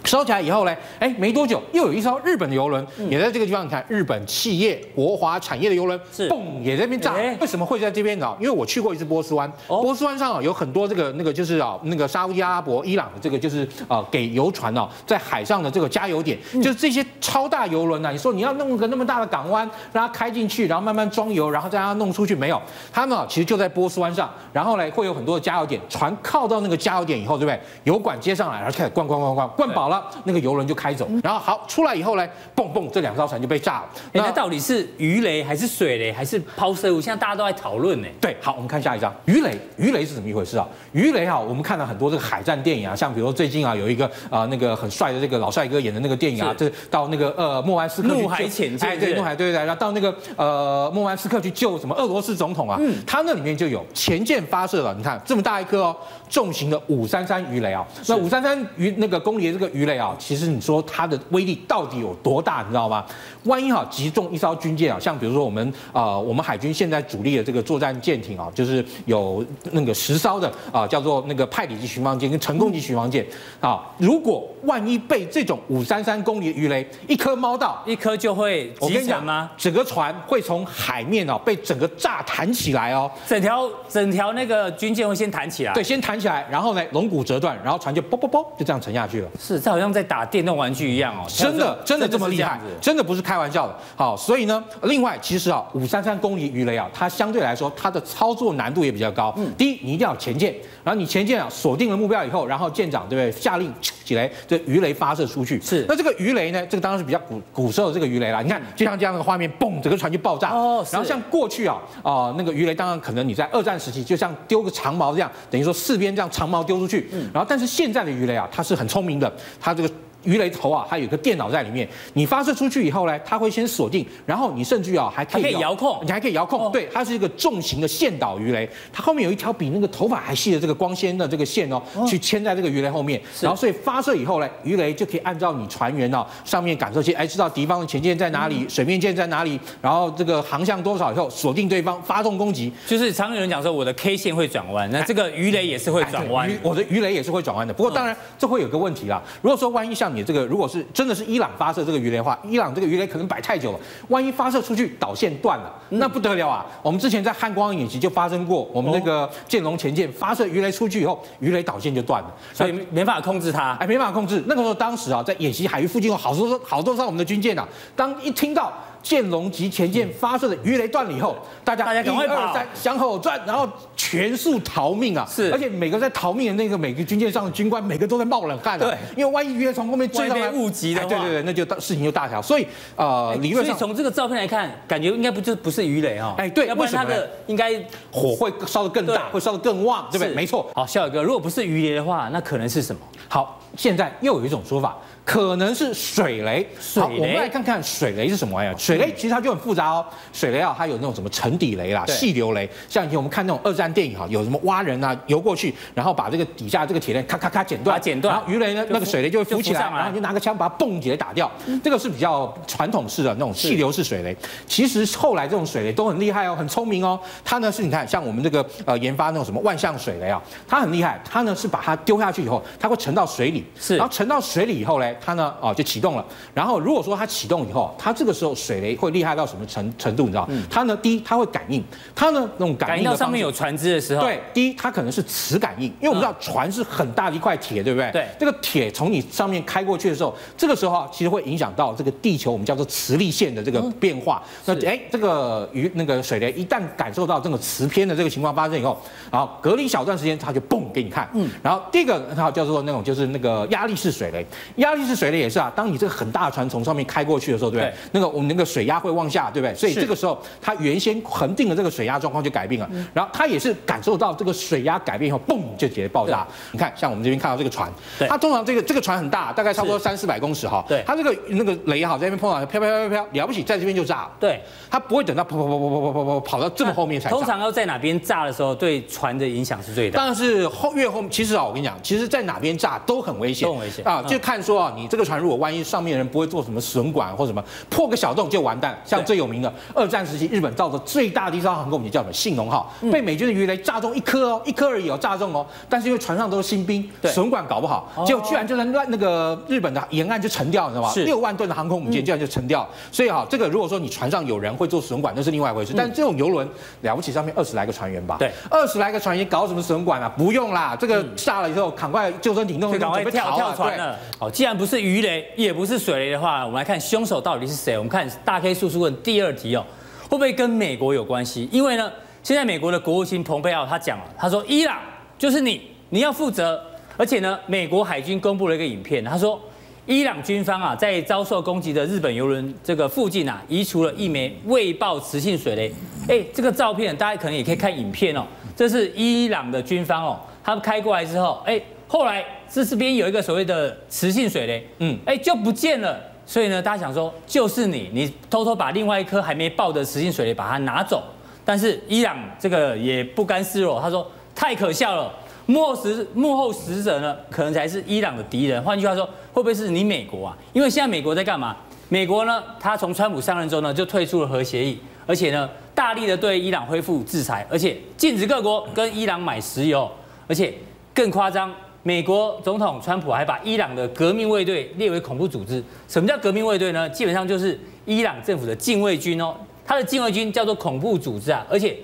[SPEAKER 5] 烧起来以后呢，哎，没多久又有一艘日本的游轮、
[SPEAKER 1] 嗯
[SPEAKER 5] 也在这个地方，你看日本企业国华产业的游轮，
[SPEAKER 1] 是
[SPEAKER 5] 嘣也在那边炸。
[SPEAKER 1] 哎
[SPEAKER 5] 为什么会在这边呢？因为我去过一次波斯湾，
[SPEAKER 1] 哦
[SPEAKER 5] 波斯湾上啊有很多这个那个就是啊那个沙烏地阿拉伯、伊朗的这个就是啊给游船哦在海上的这个加油点，
[SPEAKER 1] 嗯
[SPEAKER 5] 就是这些超大游轮啊呐，你说你要弄个那么大的港湾，让它开进去，然后慢慢装油，然后再让它弄出去，没有，他们啊其实就在波斯湾上，然后呢会有很多的加油点，船靠到那个加油点以后，对不对？油管接上来，然后开始灌灌灌灌灌饱了，那个游轮就开走，然后好出来以后呢，蹦蹦这两艘船就被炸了。
[SPEAKER 1] 哎那到底是鱼雷还是水雷还是抛射物？现在大家都在讨论呢。
[SPEAKER 5] 对，好，我们看下一张鱼雷，鱼雷是怎么一回事啊？鱼雷哈，我们看了很多这个海战电影啊，像比如说最近啊有一个啊、呃那个很帅的这个老帅哥演的那个电影啊，
[SPEAKER 1] 是
[SPEAKER 5] 这到那个呃莫安斯克去
[SPEAKER 1] 怒
[SPEAKER 5] 救
[SPEAKER 1] 海潜舰
[SPEAKER 5] 哎
[SPEAKER 1] 是不
[SPEAKER 5] 对，
[SPEAKER 1] 是
[SPEAKER 5] 怒海对对对，然后到那个呃莫安斯克去救什么俄罗斯总统啊，他那里面就有前舰发射了，你看这么大一颗哦，重型的五三三鱼雷啊，那五三三鱼那个公里的这个鱼雷啊，其实你说它的威力到底有多大，你知道吗？万一哈、击中一艘军舰啊，像比如说我们呃我们海军现在主力的这个作战舰艇啊，就是有那个十艘的啊、叫做那个派里级巡防舰跟成功级巡防舰啊，如果万一被这种五三三公里的鱼雷一颗猫到，
[SPEAKER 1] 一颗就会
[SPEAKER 5] 我跟
[SPEAKER 1] 集
[SPEAKER 5] 你
[SPEAKER 1] 成啊
[SPEAKER 5] 讲
[SPEAKER 1] 吗？
[SPEAKER 5] 整个船会从海面哦被整个炸弹起来哦，
[SPEAKER 1] 整条整条那个军舰会先弹起来。
[SPEAKER 5] 对，，先弹起来，然后呢龙骨折断，然后船就啵啵啵就这样沉下去了。
[SPEAKER 1] 是这好像在打电动玩具一样哦，
[SPEAKER 5] 真的真的这么厉害
[SPEAKER 1] 真的是这样子，
[SPEAKER 5] 真的不是开玩笑的。好，所以呢，另外其实啊，五三三公里鱼雷啊，它相对来说它的操作难度也比较高。
[SPEAKER 1] 嗯
[SPEAKER 5] 第一，你一定要有前舰，然后你前舰啊锁定了目标以后，然后舰长对不对下令啾起来，这鱼雷发射出去。
[SPEAKER 1] 是嗯
[SPEAKER 5] 那这个鱼雷呢，这个当然是比较古古时候的这个鱼雷啦。你看，就像这样的画面，嘣，整个船就爆炸。
[SPEAKER 1] 哦是
[SPEAKER 5] 然后像过去啊，啊那个鱼雷，当然可能你在二战时期，就像丢个长矛这样，等于说四边这样长矛丢出去。
[SPEAKER 1] 嗯
[SPEAKER 5] 然后但是现在的鱼雷啊，它是很聪明的，它这个。鱼雷头啊，它有一个电脑在里面，你发射出去以后呢，它会先锁定，然后你甚至啊还可以
[SPEAKER 1] 还可以遥控
[SPEAKER 5] 你还可以遥控，
[SPEAKER 1] 哦
[SPEAKER 5] 对，它是一个重型的线导鱼雷，它后面有一条比那个头发还细的这个光纤的这个线哦，去牵在这个鱼雷后面，然后所以发射以后呢，鱼雷就可以按照你船员哦上面感测器，哎，知道敌方的前舰在哪里，水面舰在哪里，然后这个航向多少以后锁定对方，发动攻击，
[SPEAKER 1] 就是常有人讲说我的 K 线会转弯，
[SPEAKER 5] 哎
[SPEAKER 1] 那这个鱼雷也是会转弯嗯
[SPEAKER 5] 哎对鱼。我的鱼雷也是会转弯的，不过当然这会有个问题啦。如果说万一像像你这个，如果是真的是伊朗发射这个鱼雷的话，伊朗这个鱼雷可能摆太久了，万一发射出去导线断了，
[SPEAKER 1] 嗯
[SPEAKER 5] 那不得了啊！我们之前在汉光演习就发生过，我们
[SPEAKER 1] 哦
[SPEAKER 5] 那个建龙前舰发射鱼雷出去以后，鱼雷导线就断了，
[SPEAKER 1] 所以没办法控制它。
[SPEAKER 5] 哎，没办法控制。那个时候，当时啊，在演习海域附近有好多好多艘我们的军舰啊，当一听到舰龙级前舰发射的鱼雷断了以后，大家
[SPEAKER 1] 大家赶快
[SPEAKER 5] 一二
[SPEAKER 1] 跑
[SPEAKER 5] 三向后转，然后全速逃命啊！
[SPEAKER 1] 是
[SPEAKER 5] 而且每个在逃命的那个每个军舰上的军官，每个都在冒冷汗啊。
[SPEAKER 1] 对，
[SPEAKER 5] 因为万一鱼雷从后面追上来，
[SPEAKER 1] 万一被误击的话哎
[SPEAKER 5] 哎对对对，那就大事情就大条。所以呃，理
[SPEAKER 1] 所
[SPEAKER 5] 论
[SPEAKER 1] 以
[SPEAKER 5] 上
[SPEAKER 1] 从这个照片来看，感觉应该不就不是鱼雷哈？
[SPEAKER 5] 哎对
[SPEAKER 1] 要不然
[SPEAKER 5] 为什
[SPEAKER 1] 它
[SPEAKER 5] 么呢
[SPEAKER 1] 的应该
[SPEAKER 5] 火会烧得更
[SPEAKER 1] 对
[SPEAKER 5] 大，会烧得更旺，对不对？
[SPEAKER 1] 是
[SPEAKER 5] 没错。
[SPEAKER 1] 好，笑宇哥，如果不是鱼雷的话，那可能是什么？
[SPEAKER 5] 好，现在又有一种说法，可能是水雷。
[SPEAKER 1] 水雷
[SPEAKER 5] 好我们来看看水雷是什么玩意儿。水雷其实它就很复杂哦。水雷啊，它有那种什么沉底雷啦、
[SPEAKER 1] 对
[SPEAKER 5] 细流雷，像以前我们看那种二战电影哈，有什么蛙人啊游过去，然后把这个底下这个铁链咔咔咔剪断，
[SPEAKER 1] 把它剪断
[SPEAKER 5] 然后鱼雷呢
[SPEAKER 1] 就浮
[SPEAKER 5] 那个水雷就会浮起来，
[SPEAKER 1] 就浮上来
[SPEAKER 5] 然后你就拿个枪把它蹦起来打掉。
[SPEAKER 1] 嗯
[SPEAKER 5] 这个是比较传统式的那种细流式水雷。其实后来这种水雷都很厉害哦，很聪明哦。它呢是你看像我们这个呃研发那种什么万象水雷啊，它很厉害，它呢是把它丢下去以后，它会沉到水里，
[SPEAKER 1] 是
[SPEAKER 5] 然后沉到水里以后呢，它呢哦就启动了。然后如果说它启动以后，它这个时候水雷会厉害到什么程程度？你知道？它呢第一它会感应，它呢那种
[SPEAKER 1] 嗯
[SPEAKER 5] 感
[SPEAKER 1] 感
[SPEAKER 5] 应
[SPEAKER 1] 应到
[SPEAKER 5] 的
[SPEAKER 1] 上
[SPEAKER 5] 方
[SPEAKER 1] 面
[SPEAKER 5] 式
[SPEAKER 1] 有船只的时候，
[SPEAKER 5] 对，第一它可能是磁感应，因为我们知道船是很大的一块铁，对不对？
[SPEAKER 1] 嗯对
[SPEAKER 5] 这个铁从你上面开过去的时候，这个时候啊，其实会影响到这个地球我们叫做磁力线的这个变化。那
[SPEAKER 1] 嗯是
[SPEAKER 5] 哎，这个鱼那个水雷一旦感受到这个磁偏的这个情况发生以后，然后隔离小段时间它就蹦给你看。嗯，然后第一个它叫做那种就是那个压力式水雷，压力式水雷也是啊，当你这个很大的船从上面开过去的时候，对不对？
[SPEAKER 1] 对
[SPEAKER 5] 那个我们那个水压会往下，对不对？所以
[SPEAKER 1] 是
[SPEAKER 5] 这个时候它原先恒定的这个水压状况就改变了，
[SPEAKER 1] 嗯
[SPEAKER 5] 然后它也是感受到这个水压改变以后，嘣就直接爆炸。你看，像我们这边看到这个船
[SPEAKER 1] 对，
[SPEAKER 5] 它通常这个这个船很大，大概差不多
[SPEAKER 1] 是
[SPEAKER 5] 三四百公尺哈，
[SPEAKER 1] 对
[SPEAKER 5] 它这个那个雷哈在那边碰到，飘飘飘飘飘，了不起，在这边就炸了。
[SPEAKER 1] 对，啊
[SPEAKER 5] 它不会等到跑跑跑跑跑跑跑跑到这么后面才炸。
[SPEAKER 1] 通常要在哪边炸的时候，对船的影响是最大。
[SPEAKER 5] 当然是后越后，其实啊，我跟你讲，其实在哪边炸都很危险，
[SPEAKER 1] 都很危险
[SPEAKER 5] 啊，
[SPEAKER 1] 嗯
[SPEAKER 5] 就看说啊，你这个船如果万一上面的人不会做什么损管或什么，破个小洞就完蛋。像
[SPEAKER 1] 对
[SPEAKER 5] 最有名的二战时期，日本造的最大的一艘航空母舰
[SPEAKER 1] 嗯
[SPEAKER 5] 叫什么？信浓号，被美军的鱼雷炸中一颗哦，一颗而已哦，炸中哦，但是因为船上都是新兵，
[SPEAKER 1] 对哦
[SPEAKER 5] 损管搞不好，结果居然就在乱那个日本的沿岸就沉掉，你知道吗？
[SPEAKER 1] 是
[SPEAKER 5] 六万吨的航空
[SPEAKER 1] 嗯
[SPEAKER 5] 母舰居然就沉掉，所以哈，这个如果说你船上有人会做损管，那是另外一回事，但这种游轮了不起，上面二十来个船员吧，
[SPEAKER 1] 嗯对嗯
[SPEAKER 5] 二十来个船员搞什么神管啊？不用啦，这个炸了以后，赶快救生艇弄
[SPEAKER 1] 就
[SPEAKER 5] 一
[SPEAKER 1] 赶
[SPEAKER 5] 弄，
[SPEAKER 1] 快
[SPEAKER 5] 准备
[SPEAKER 1] 跳
[SPEAKER 5] 逃
[SPEAKER 1] 跳
[SPEAKER 5] 啊！
[SPEAKER 1] 船
[SPEAKER 5] 对，
[SPEAKER 1] 了。好，既然不是鱼雷，也不是水雷的话，我们来看凶手到底是谁。我们看大 K 叔叔问第二题哦，会不会跟美国有关系？因为呢，现在美国的国务卿蓬佩奥他讲了，他说伊朗就是你，你要负责。而且呢，美国海军公布了一个影片，他说伊朗军方啊，在遭受攻击的日本游轮这个附近啊，移除了一枚未爆磁性水雷。哎，这个照片大家可能也可以看影片哦，这是伊朗的军方哦，他们开过来之后，哎，后来这这边有一个所谓的磁性水雷，嗯
[SPEAKER 5] 嗯，
[SPEAKER 1] 哎就不见了。所以呢，大家想说，就是你，你偷偷把另外一颗还没爆的磁性水雷把它拿走，但是伊朗这个也不甘示弱，他说太可笑了，幕后使幕后使者呢，可能才是伊朗的敌人。换句话说，会不会是你美国啊？因为现在美国在干嘛？美国呢，他从川普上任之后呢，就退出了核协议，而且呢，大力的对伊朗恢复制裁，而且禁止各国跟伊朗买石油，而且更夸张，美国总统川普还把伊朗的革命卫队列为恐怖组织。什么叫革命卫队呢？基本上就是伊朗政府的禁卫军哦，它的禁卫军叫做恐怖组织啊，而且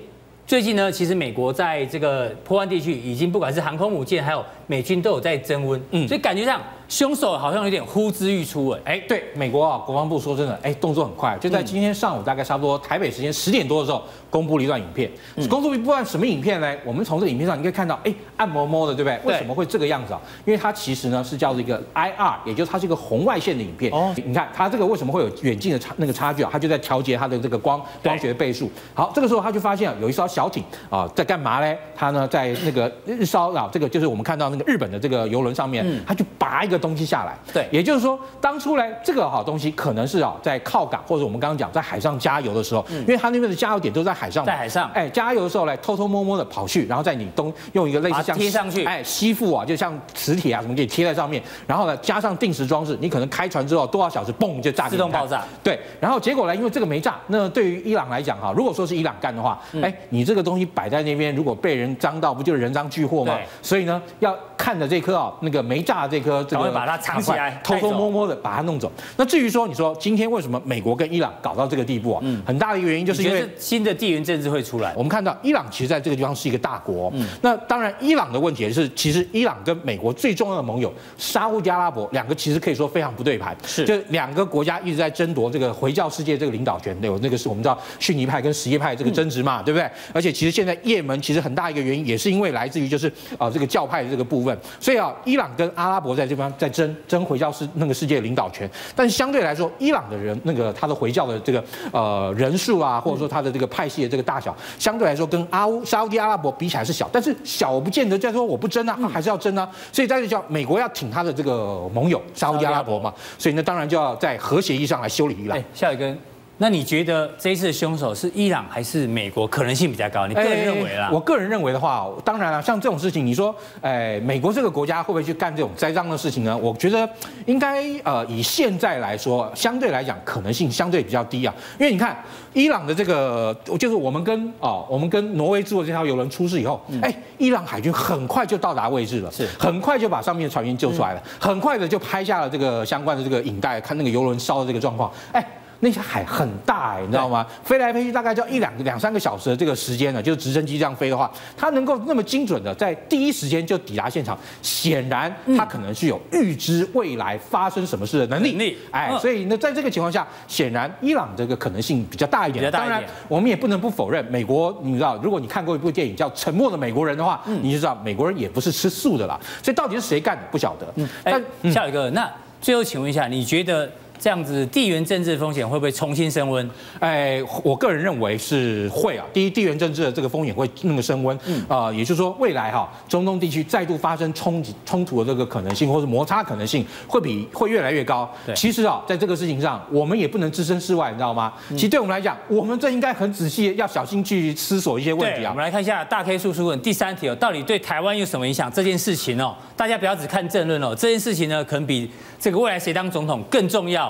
[SPEAKER 1] 最近呢，其实美国在这个波湾地区已经不管是航空母舰，还有美军都有在增温，嗯，所以感觉上凶手好像有点呼之欲出哎。
[SPEAKER 5] 哎，对，美国啊，国防部说真的，哎，动作很快，就在今天上午大概差不多台北时间十点多的时候，公布了一段影片。公布一段什么影片呢？我们从这个影片上你可以看到，哎，按摩摸的，对不对？
[SPEAKER 1] 对
[SPEAKER 5] 为什么会这个样子啊？因为它其实呢是叫做一个 IR，也就是它是一个红外线的影片。
[SPEAKER 1] 哦
[SPEAKER 5] 哦，你看它这个为什么会有远近的差那个差距啊？它就在调节它的这个光
[SPEAKER 1] 对
[SPEAKER 5] 光学倍数。好，这个时候他就发现啊有一艘小艇啊在干嘛嘞？它呢在那个日烧啊，这个就是我们看到那个日本的这个游轮上面，它就拔一个东西下来。
[SPEAKER 1] 嗯对
[SPEAKER 5] 也就是说，当初来这个好东西可能是啊在靠港或者我们刚刚讲在海上加油的时候，因为它那边的加油点都在海。海上嘛，
[SPEAKER 1] 嗯在海上
[SPEAKER 5] 哎，加油的时候来偷偷摸摸的跑去，然后在你东用一个类似
[SPEAKER 1] 把它
[SPEAKER 5] 像
[SPEAKER 1] 贴上去
[SPEAKER 5] 哎，吸附啊，就像磁铁啊什么给贴在上面，然后呢加上定时装置，你可能开船之后多少小时，嘣就炸
[SPEAKER 1] 自
[SPEAKER 5] 给你看
[SPEAKER 1] 动爆炸。
[SPEAKER 5] 对，然后结果呢，因为这个没炸，那对于伊朗来讲哈，如果说是伊朗干的话，
[SPEAKER 1] 嗯
[SPEAKER 5] 哎，你这个东西摆在那边，如果被人脏到，不就是人赃俱获吗
[SPEAKER 1] 对？
[SPEAKER 5] 所以呢，要看着这颗啊，那个没炸的这颗，这
[SPEAKER 1] 赶快
[SPEAKER 5] 个
[SPEAKER 1] 把它藏起来
[SPEAKER 5] 偷偷
[SPEAKER 1] 带走
[SPEAKER 5] 摸摸的把它弄走。那至于说你说今天为什么美国跟伊朗搞到这个地步啊？很大的一个原因
[SPEAKER 1] 嗯
[SPEAKER 5] 就
[SPEAKER 1] 你
[SPEAKER 5] 是因
[SPEAKER 1] 觉
[SPEAKER 5] 为
[SPEAKER 1] 得新的地缘政治会出来
[SPEAKER 5] 我？们看到伊朗其实在这个地方是一个大国，那当然伊朗的问题也是，其实伊朗跟美国最重要的盟友沙烏地阿拉伯两个其实可以说非常不对盘，
[SPEAKER 1] 是
[SPEAKER 5] 就两个国家一直在争夺这个回教世界这个领导权，对，那个是我们知道逊尼派跟什叶派这个争执嘛，对不对？而且其实现在也门其实很大一个原因也是因为来自于就是啊、呃这个教派的这个部分，所以啊伊朗跟阿拉伯在这边在争争回教世那个世界领导权，但是相对来说伊朗的人那个他的回教的这个呃人数啊，或者说他的这个派系的这个大小，相对来说跟阿乌沙烏地阿拉伯比起来是小，但是小不见得在说我不争啊，还是要争啊，所以在这叫美国要挺他的这个盟友沙烏地阿拉伯嘛，所以呢当然就要在和协议上来修理伊朗
[SPEAKER 1] 哎。，夏宇哥，那你觉得这一次的凶手是伊朗还是美国？可能性比较高，你个人认为啦
[SPEAKER 5] 哎？我个人认为的话，当然了，像这种事情，你说，哎，美国这个国家会不会去干这种栽赃的事情呢？我觉得应该，呃，以现在来说，相对来讲可能性相对比较低啊，因为你看伊朗的这个，就是我们跟哦，我们跟挪威做这条游轮出事以后，哎，伊朗海军很快就到达位置了，
[SPEAKER 1] 嗯是嗯
[SPEAKER 5] 很快就把上面的船员救出来了，很快的就拍下了这个相关的这个影带，看那个游轮烧的这个状况，哎。那些海很大哎，你知道吗？飞来飞去大概就要一两两三个小时的这个时间呢，就是直升机这样飞的话，它能够那么精准的在第一时间就抵达现场，显然
[SPEAKER 1] 嗯
[SPEAKER 5] 它可能是有预知未来发生什么事的能
[SPEAKER 1] 能力
[SPEAKER 5] 力。哎
[SPEAKER 1] 嗯，
[SPEAKER 5] 所以呢，在这个情况下，显然伊朗这个可能性比较大一点。
[SPEAKER 1] 比较大一
[SPEAKER 5] 当
[SPEAKER 1] 点
[SPEAKER 5] 然，我们也不能不否认，美国你知道，如果你看过一部电影叫《沉默的美国人》的话，
[SPEAKER 1] 嗯
[SPEAKER 5] 你就知道美国人也不是吃素的啦。所以到底是谁干的不晓得。
[SPEAKER 1] 哎
[SPEAKER 5] 但，
[SPEAKER 1] 夏宇哥，那最后请问一下，你觉得这样子地缘政治风险会不会重新升温？
[SPEAKER 5] 哎，我个人认为是会啊。第一，地缘政治的这个风险会那个升温，啊、也就是说未来哈、中东地区再度发生冲击冲突的这个可能性，或是摩擦可能性，会比会越来越高
[SPEAKER 1] 对。
[SPEAKER 5] 其实啊，在这个事情上，我们也不能置身事外，你知道吗？其实对我们来讲，我们这应该很仔细，要小心去思索一些问题
[SPEAKER 1] 对，我
[SPEAKER 5] 啊
[SPEAKER 1] 们。来看一下大 K 叔叔问第三题哦，到底对台湾有什么影响？这件事情哦，大家不要只看政论哦，这件事情呢，可能比这个未来谁当总统更重要。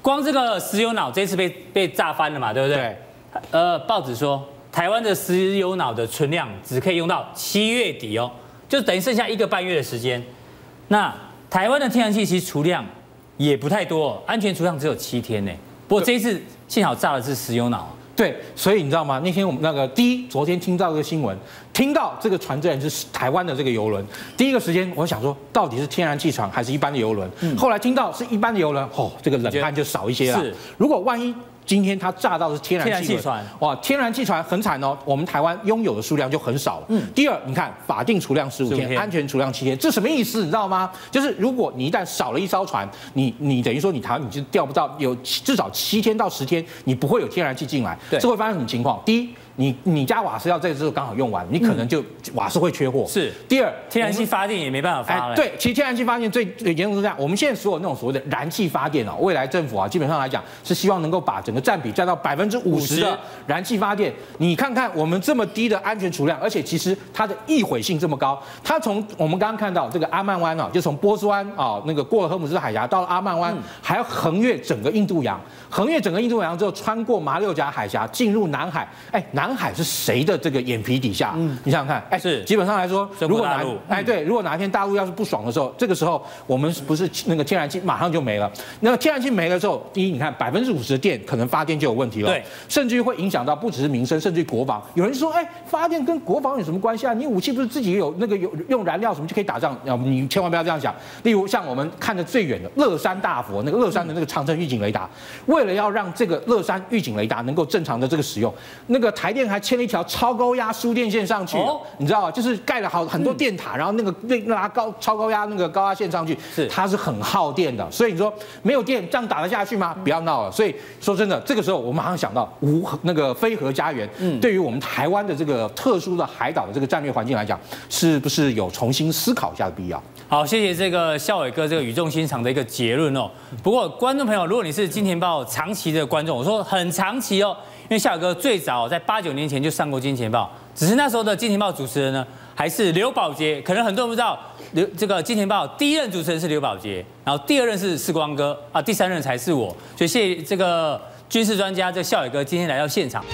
[SPEAKER 1] 光这个石油脑这次被被炸翻了嘛，对不对？
[SPEAKER 5] 对。
[SPEAKER 1] 呃，报纸说台湾的石油脑的存量只可以用到七月底哦，就等于剩下一个半月的时间。那台湾的天然气其实储量也不太多、哦，安全储量只有七天呢。不过这一次幸好炸的是石油脑，
[SPEAKER 5] 对，所以你知道吗？那天我们那个第一，昨天听到这个新闻，听到这个船竟然是台湾的这个游轮，第一个时间我想说，到底是天然气船还是一般的游轮？后来听到是一般的游轮，哦，这个冷汗就少一些了。
[SPEAKER 1] 是
[SPEAKER 5] 如果万一今天它炸到的是天然气
[SPEAKER 1] 天然气船
[SPEAKER 5] 轮，哇，天然气船很惨哦，我们台湾拥有的数量就很少了。第二，你看法定储嗯量十五
[SPEAKER 1] 15天
[SPEAKER 5] 天，安全储量七天，这什么意思？你知道吗？就是如果你一旦少了一艘船，你你等于说你台湾你就钓不到有七至少七天到十天，你不会有天然气进来，
[SPEAKER 1] 对
[SPEAKER 5] 这会发生什么情况？第一。你你家瓦斯要在这时候刚好用完，你可能就瓦斯会缺货。
[SPEAKER 1] 嗯是
[SPEAKER 5] 第二，
[SPEAKER 1] 天然
[SPEAKER 5] 我
[SPEAKER 1] 气
[SPEAKER 5] 们
[SPEAKER 1] 发电也没办法发了。
[SPEAKER 5] 哎，，对，其实天然气发电最最严重是这样，我们现在所有那种所谓的燃气发电啊，未来政府啊，基本上来讲是希望能够把整个占比占到百分之五
[SPEAKER 1] 50%
[SPEAKER 5] 十的燃气发电。你看看我们这么低的安全储量，而且其实它的易毁性这么高，它从我们刚刚看到这个阿曼湾啊，就从波斯湾啊那个过了荷姆兹海峡到了阿曼
[SPEAKER 1] 嗯
[SPEAKER 5] 湾，还要横越整个印度洋，横越整个印度洋之后，穿过马六甲海峡进入南海。哎，南海是谁的这个眼皮底下？你想想看，哎，
[SPEAKER 1] 嗯是
[SPEAKER 5] 基本上来说，
[SPEAKER 1] 中
[SPEAKER 5] 如
[SPEAKER 1] 国
[SPEAKER 5] 果
[SPEAKER 1] 大
[SPEAKER 5] 南
[SPEAKER 1] 陆
[SPEAKER 5] 哎，对，如果哪一天大陆要是不爽的时候，这个时候我们不是那个天然气马上就没了。那天然气没了之后，第一，你看百分之五十的电可能发电就有问题了，
[SPEAKER 1] 对，
[SPEAKER 5] 甚至于会影响到不只是民生，甚至于国防。有人说，哎，发电跟国防有什么关系啊？你武器不是自己有那个有用燃料什么就可以打仗？啊，你千万不要这样想。例如像我们看的最远的乐山大佛，那个乐山的那个长城预警雷达，为了要让这个乐山预警雷达能够正常的这个使用，那个台电还牵了一条超高压输电线上去
[SPEAKER 1] 哦，嗯
[SPEAKER 5] 你知道吗？就是盖了好很多电塔，然后那个那拉高超高压那个高压线上去，
[SPEAKER 1] 是
[SPEAKER 5] 它是很耗电的。所以你说没有电这样打得下去吗？
[SPEAKER 1] 嗯
[SPEAKER 5] 不要闹了。所以说真的，这个时候我马上想到无那个非核家园，
[SPEAKER 1] 嗯
[SPEAKER 5] 对于我们台湾的这个特殊的海岛的这个战略环境来讲，是不是有重新思考一下的必要？
[SPEAKER 1] 好，谢谢这个孝伟哥这个语重心长的一个结论哦。不过观众朋友，如果你是金钱豹长期的观众，我说很长期哦，因为夏伟哥最早在八九年前就上过《金钱豹》，只是那时候的《金钱豹》主持人呢还是刘宝杰，可能很多人不知道，刘这个《金钱豹》第一任主持人是刘宝杰，然后第二任是世光哥啊，第三任才是我，所以谢谢这个军事专家这个笑伟哥今天来到现场。